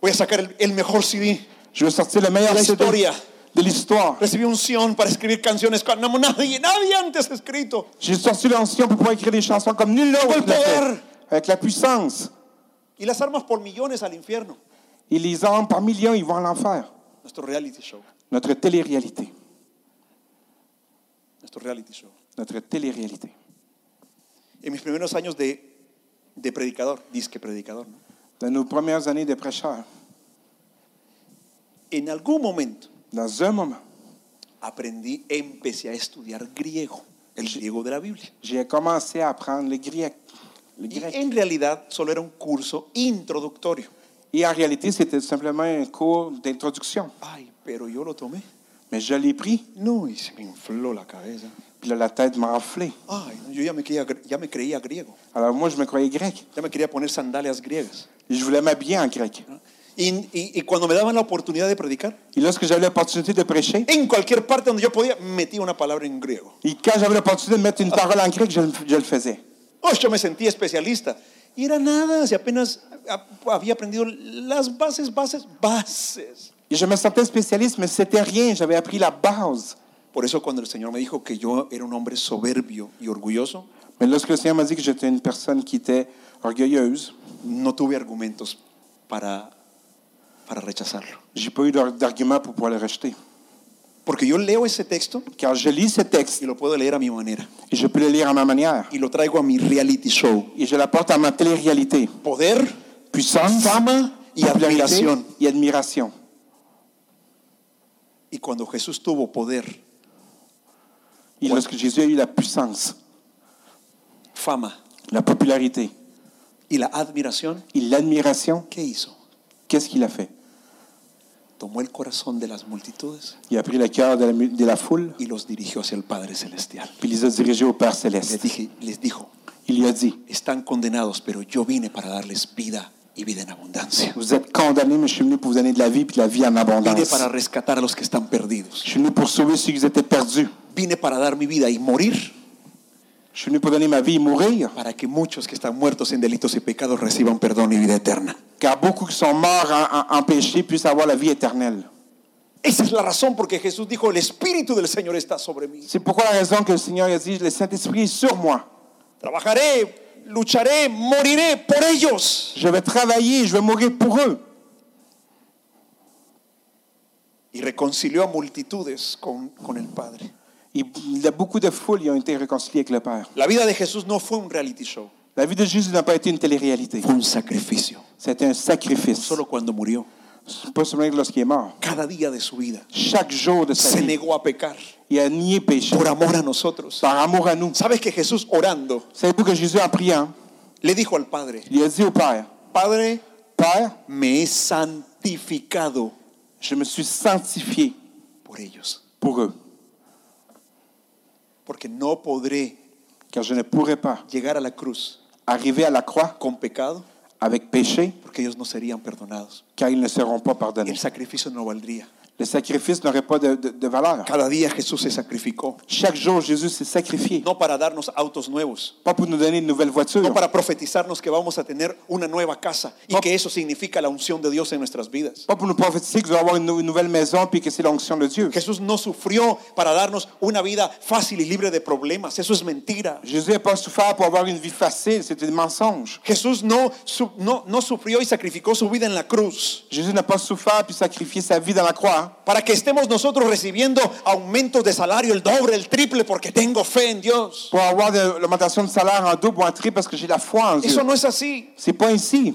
Speaker 2: Voy a sacar el, el mejor CD.
Speaker 3: Je vais sortir le meilleur
Speaker 2: La
Speaker 3: CD
Speaker 2: historia.
Speaker 3: de l'histoire.
Speaker 2: Recibí unción para escribir canciones que no- nadie, nadie antes ha escrito.
Speaker 3: J'ai sorti l'ancien pour pouvoir écrire des chansons comme nul autre.
Speaker 2: Avec le
Speaker 3: l'a fait.
Speaker 2: pouvoir.
Speaker 3: Avec la puissance.
Speaker 2: Y las armas por millones al infierno.
Speaker 3: Et les hommes, par millions, ils vont à l'enfer.
Speaker 2: Nuestro reality show.
Speaker 3: Notre télé-réalité.
Speaker 2: Nuestro reality show.
Speaker 3: Notre télé-réalité.
Speaker 2: En mis primeros años de, de predicador, disque predicador, ¿no?
Speaker 3: Dans nos premières années de prêcheur,
Speaker 2: en algún momento
Speaker 3: dans un moment,
Speaker 2: aprendí, empecé a estudiar griego, el griego de la Biblia.
Speaker 3: j'ai commencé à apprendre le grec. Le
Speaker 2: Y
Speaker 3: grec.
Speaker 2: en realidad solo era un curso introductorio.
Speaker 3: Et en réalité, c'était simplement un cours d'introduction.
Speaker 2: Ay, pero yo lo tomé.
Speaker 3: Mais je l'ai pris,
Speaker 2: No, y se me infló la cabeza.
Speaker 3: puis là, la tête m'a enflé.
Speaker 2: Ay, no, yo ya me, creía, ya me creía griego.
Speaker 3: Alors moi, je me croyais grec.
Speaker 2: Ya me quería poner sandalias griegas.
Speaker 3: Et Je voulais m'habiller en grec.
Speaker 2: Y, y- y cuando me daban la oportunidad de predicar,
Speaker 3: Et lorsque j'avais l'opportunité de prêcher,
Speaker 2: en cualquier parte donde yo podía, metía una palabra en griego.
Speaker 3: et quand j'avais l'opportunité de mettre une parole en grec, je, le- je le faisais.
Speaker 2: Oh, yo me sentía especialista. Y era nada, si apenas ah, había aprendido las bases, bases, bases.
Speaker 3: Et je me sentais spécialiste, mais c'était rien. J'avais appris la base.
Speaker 2: Por eso cuando el Señor me dijo que yo era un hombre soberbio y orgulloso,
Speaker 3: Mais lorsque le Seigneur m'a dit que j'étais une personne qui était orgueilleuse,
Speaker 2: no tuve argumentos para, para rechazarlo.
Speaker 3: j'ai pas eu d'ar- d'argument pour pouvoir le rejeter.
Speaker 2: Porque yo leo ese texto
Speaker 3: Car je lis ce texte,
Speaker 2: y lo puedo leer a mi manera
Speaker 3: et je peux le lire à ma manière,
Speaker 2: y lo traigo a mi reality show.
Speaker 3: et je l'apporte à ma télé-réalité.
Speaker 2: Poder,
Speaker 3: Puissance,
Speaker 2: fama y
Speaker 3: popularité
Speaker 2: admiración.
Speaker 3: et admiration.
Speaker 2: Y cuando Jesús tuvo poder,
Speaker 3: Et lorsque Jésus a eu la puissance,
Speaker 2: fama
Speaker 3: la popularité
Speaker 2: y la admiración,
Speaker 3: et l'admiration,
Speaker 2: ¿qué hizo?
Speaker 3: qu'est-ce qu'il a fait
Speaker 2: Tomó el corazón de las multitudes
Speaker 3: Il a pris le cœur de la, mu- de la foule,
Speaker 2: y los dirigió hacia el Padre Celestial.
Speaker 3: puis les a dirigés au Père
Speaker 2: Les,
Speaker 3: Céleste.
Speaker 2: dije, les dijo,
Speaker 3: Il lui a dit,
Speaker 2: están condenados, pero yo vine para darles vida y vida en abundancia.
Speaker 3: vous êtes condamnés, mais je suis venu pour vous donner de la vie, puis de la vie en
Speaker 2: Vine
Speaker 3: abondance.
Speaker 2: para rescatar a los que están perdidos.
Speaker 3: Je suis venu pour sauver ceux qui étaient perdus.
Speaker 2: Vine para dar mi vida y morir
Speaker 3: Je suis venu pour donner ma vie et mourir,
Speaker 2: para que muchos que están muertos en delitos y pecados reciban perdón y vida eterna.
Speaker 3: car beaucoup qui sont morts en, en- en péché puissent avoir la vie éternelle.
Speaker 2: Esa es la razón por qué Jesús dijo, el Espíritu del Señor está sobre mí.
Speaker 3: C'est pourquoi la raison que le Seigneur a dit, le Saint-Esprit est sur moi.
Speaker 2: Trabajaré, lucharé, moriré por ellos.
Speaker 3: Je vais travailler, je vais mourir pour eux.
Speaker 2: Y reconcilió a multitudes con, con el Padre.
Speaker 3: Et il y a beaucoup de foules qui ont été réconciliées avec le Père.
Speaker 2: La vida de Jesús no fue un reality show,
Speaker 3: La vie de Jésus n'a pas été une télé-réalité.
Speaker 2: fue un sacrificio.
Speaker 3: C'était un sacrifice.
Speaker 2: Solo cuando murió,
Speaker 3: Pas seulement lorsqu'il est mort.
Speaker 2: cada día de su vida,
Speaker 3: Chaque jour de sa
Speaker 2: se
Speaker 3: vie,
Speaker 2: negó a pecar
Speaker 3: il a nié péché
Speaker 2: por amor a nosotros.
Speaker 3: par amour à nous.
Speaker 2: ¿Sabes que Jesús orando
Speaker 3: Savez-vous que Jésus, en priant,
Speaker 2: le dijo al Padre,
Speaker 3: il a dit au Père,
Speaker 2: Padre,
Speaker 3: Père,
Speaker 2: me he santificado
Speaker 3: je me suis sanctifié
Speaker 2: por ellos,
Speaker 3: pour eux,
Speaker 2: porque no podré
Speaker 3: car je ne pourrais pas
Speaker 2: llegar a la cruz
Speaker 3: arriver à la croix
Speaker 2: con pecado,
Speaker 3: avec péché,
Speaker 2: porque ellos no serían perdonados.
Speaker 3: car ils ne seront pas
Speaker 2: El
Speaker 3: pardonnés.
Speaker 2: sacrificio no valdría.
Speaker 3: Le sacrifice n'aurait pas de, de- de valeur.
Speaker 2: Cada día Jesús se sacrificó,
Speaker 3: Chaque jour, Jésus s'est sacrifié,
Speaker 2: no para darnos autos nuevos,
Speaker 3: pas pour nous donner une nouvelle voiture,
Speaker 2: no para profetizarnos que vamos a tener una nueva casa y que eso significa la unción de Dios en nuestras vidas.
Speaker 3: pas pour nous prophétiser que vous allez avoir une nou- une nouvelle maison puis que c'est l'onction de Dieu.
Speaker 2: Jesús no sufrió para darnos una vida fácil y libre de problemas. Eso es mentira.
Speaker 3: Jésus n'a pas souffert pour avoir une vie facile, c'est un mensonge.
Speaker 2: Jesús no, su- no, no sufrió y sacrificó su vida en la cruz
Speaker 3: Jésus n'a pas souffert puis sacrifié sa vie dans la croix hein, croire
Speaker 2: para que estemos nosotros recibiendo aumentos de salario, el doble, el triple, porque tengo fe en Dios.
Speaker 3: pour avoir de l'augmentation de salaire en double ou en triple parce que j'ai la foi en Dieu.
Speaker 2: Eso no es así.
Speaker 3: C'est pas ainsi.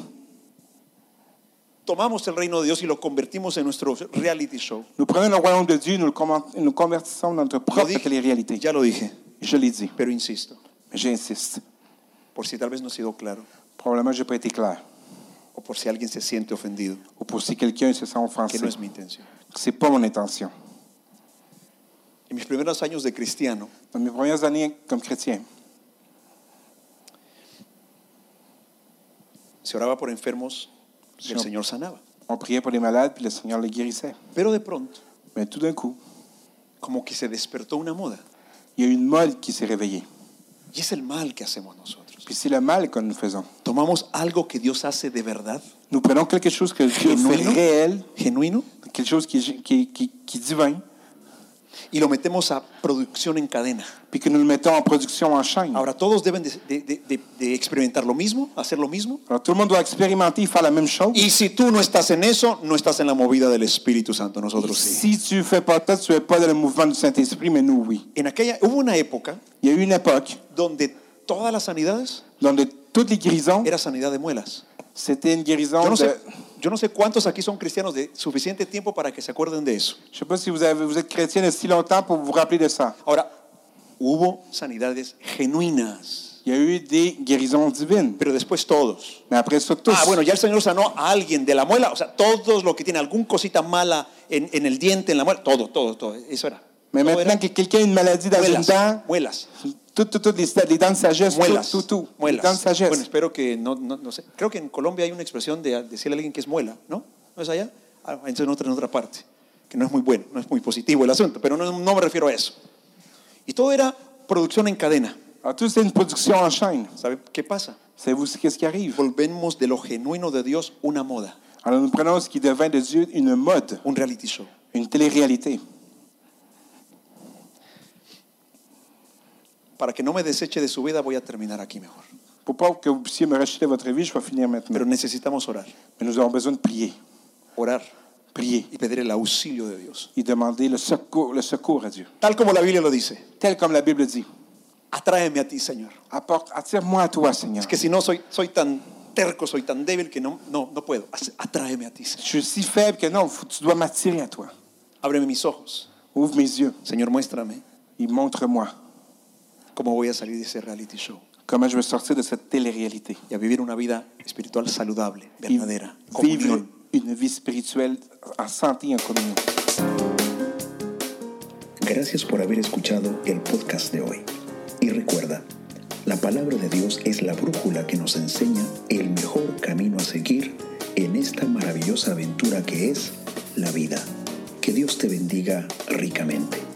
Speaker 2: Tomamos el reino de Dios y lo convertimos en nuestro reality show.
Speaker 3: Nous prenons le royaume de Dieu, nous le commen- nous convertissons dans notre
Speaker 2: Lo
Speaker 3: propre
Speaker 2: dije,
Speaker 3: télé-réalité.
Speaker 2: ya lo dije,
Speaker 3: Je l'ai dit,
Speaker 2: pero insisto,
Speaker 3: mais j'insiste.
Speaker 2: por si tal vez no he sido claro
Speaker 3: Probablement, je n'ai pas été clair.
Speaker 2: o por si alguien se siente ofendido,
Speaker 3: Ou pour si quelqu'un se sent
Speaker 2: que
Speaker 3: offensé.
Speaker 2: no es mi intención.
Speaker 3: C'est pas mon intention.
Speaker 2: En mis primeros años de cristiano,
Speaker 3: Dans mes premières années comme chrétien,
Speaker 2: se oraba por enfermos y el
Speaker 3: Sí.
Speaker 2: Señor sanaba.
Speaker 3: on priait pour les malades, puis le Seigneur les guérissait.
Speaker 2: Pero de pronto,
Speaker 3: Mais tout d'un coup,
Speaker 2: como que se despertó una moda,
Speaker 3: il y a une mode qui s'est réveillée.
Speaker 2: y es el mal que hacemos nosotros.
Speaker 3: Puis c'est le mal que nous faisons.
Speaker 2: Tomamos algo que Dios hace de verdad,
Speaker 3: Nous prenons quelque chose que Dieu fait
Speaker 2: Genuino.
Speaker 3: réel,
Speaker 2: genuino,
Speaker 3: quelque chose qui, est- qui, qui, qui est divin,
Speaker 2: y lo metemos a producción en cadena.
Speaker 3: puis que nous le mettons en production en chaîne.
Speaker 2: Ahora, todos deben de, de- de- de- de experimentar lo mismo, hacer lo mismo.
Speaker 3: Alors tout le monde doit expérimenter et faire la même chose.
Speaker 2: Y si tú no estás en eso, no estás en la movida del Espíritu Santo, nosotros sí.
Speaker 3: Si tu fais pas ça, tu es pas dans le mouvement du Saint-Esprit, mais nous, oui.
Speaker 2: En aquella, hubo una época
Speaker 3: Il y a eu une époque
Speaker 2: donde todas las sanidades
Speaker 3: dans de toutes les guérisons,
Speaker 2: era sanidad de muelas.
Speaker 3: c'était une guérison
Speaker 2: Yo no,
Speaker 3: de...
Speaker 2: sé, yo no sé cuántos aquí son cristianos de suficiente tiempo para que se acuerden de eso.
Speaker 3: Je sais pas si vous, avez, vous êtes chrétien de si longtemps pour vous rappeler de ça.
Speaker 2: Ahora, hubo sanidades genuinas,
Speaker 3: Il y a eu des guérisons divines,
Speaker 2: pero después todos.
Speaker 3: mais après ça, tous.
Speaker 2: Ah, bueno, ya el Señor sanó a alguien de la muela, o sea, todos los que tienen alguna cosita mala en, en el diente, en la muela, todo, todo, todo, eso era.
Speaker 3: mais
Speaker 2: Todo
Speaker 3: maintenant
Speaker 2: era
Speaker 3: que quelqu'un a une maladie dans une dent,
Speaker 2: muelas, muelas,
Speaker 3: toutes tout, tout, les, les dents de sagesse, tout,
Speaker 2: muelas,
Speaker 3: tout, tout, les
Speaker 2: muelas.
Speaker 3: dents de sagesse.
Speaker 2: Bueno, espero que no, no, no sé. Creo que en Colombia hay una expresión de decirle a alguien que es muela, ¿no? ¿No es allá? Ah, entonces en otra, en otra parte, que no es muy bueno, no es muy positivo el asunto, pero no, no me refiero a eso. Y todo era producción en cadena.
Speaker 3: Alors tout, c'est une production en chaîne.
Speaker 2: ¿Sabe qué pasa?
Speaker 3: Savez-vous ce qu'est-ce qui arrive?
Speaker 2: Volvemos de lo genuino de Dios una moda,
Speaker 3: Alors nous prenons ce qui devint de Dieu une mode,
Speaker 2: un reality show.
Speaker 3: une télé-réalité.
Speaker 2: Para que no me deseche de su vida, voy a terminar aquí mejor.
Speaker 3: Pour pas que vous puissiez me racheter votre vie, je vais finir maintenant.
Speaker 2: Pero necesitamos orar,
Speaker 3: Mais nous avons besoin de prier.
Speaker 2: orar
Speaker 3: Prier
Speaker 2: y pedir el auxilio de Dios.
Speaker 3: et demander le secours, le secours à Dieu.
Speaker 2: Tal como la Biblia lo dice,
Speaker 3: Tel comme la Bible dit.
Speaker 2: atráeme a ti, Señor.
Speaker 3: Apporte, attire-moi à toi, Seigneur.
Speaker 2: Es que si no soy, soy tan terco, soy tan débil que no, no, no puedo. As- Atráeme a ti,
Speaker 3: Je
Speaker 2: Señor.
Speaker 3: suis si faible que non, faut- tu dois m'attirer à toi.
Speaker 2: Ábreme mis ojos.
Speaker 3: Ouvre mes yeux
Speaker 2: Señor, muéstrame
Speaker 3: et montre-moi
Speaker 2: cómo voy a salir de ese reality show
Speaker 3: comment je vais sortir de cette télé-réalité.
Speaker 2: y a vivir una vida espiritual saludable,
Speaker 3: Et
Speaker 2: verdadera,
Speaker 3: Vivre
Speaker 2: comunión.
Speaker 3: une vie spirituelle en santé et en communion.
Speaker 1: Gracias por haber escuchado el podcast de hoy. Y recuerda, la palabra de Dios es la brújula que nos enseña el mejor camino a seguir en esta maravillosa aventura que es la vida. Que Dios te bendiga ricamente.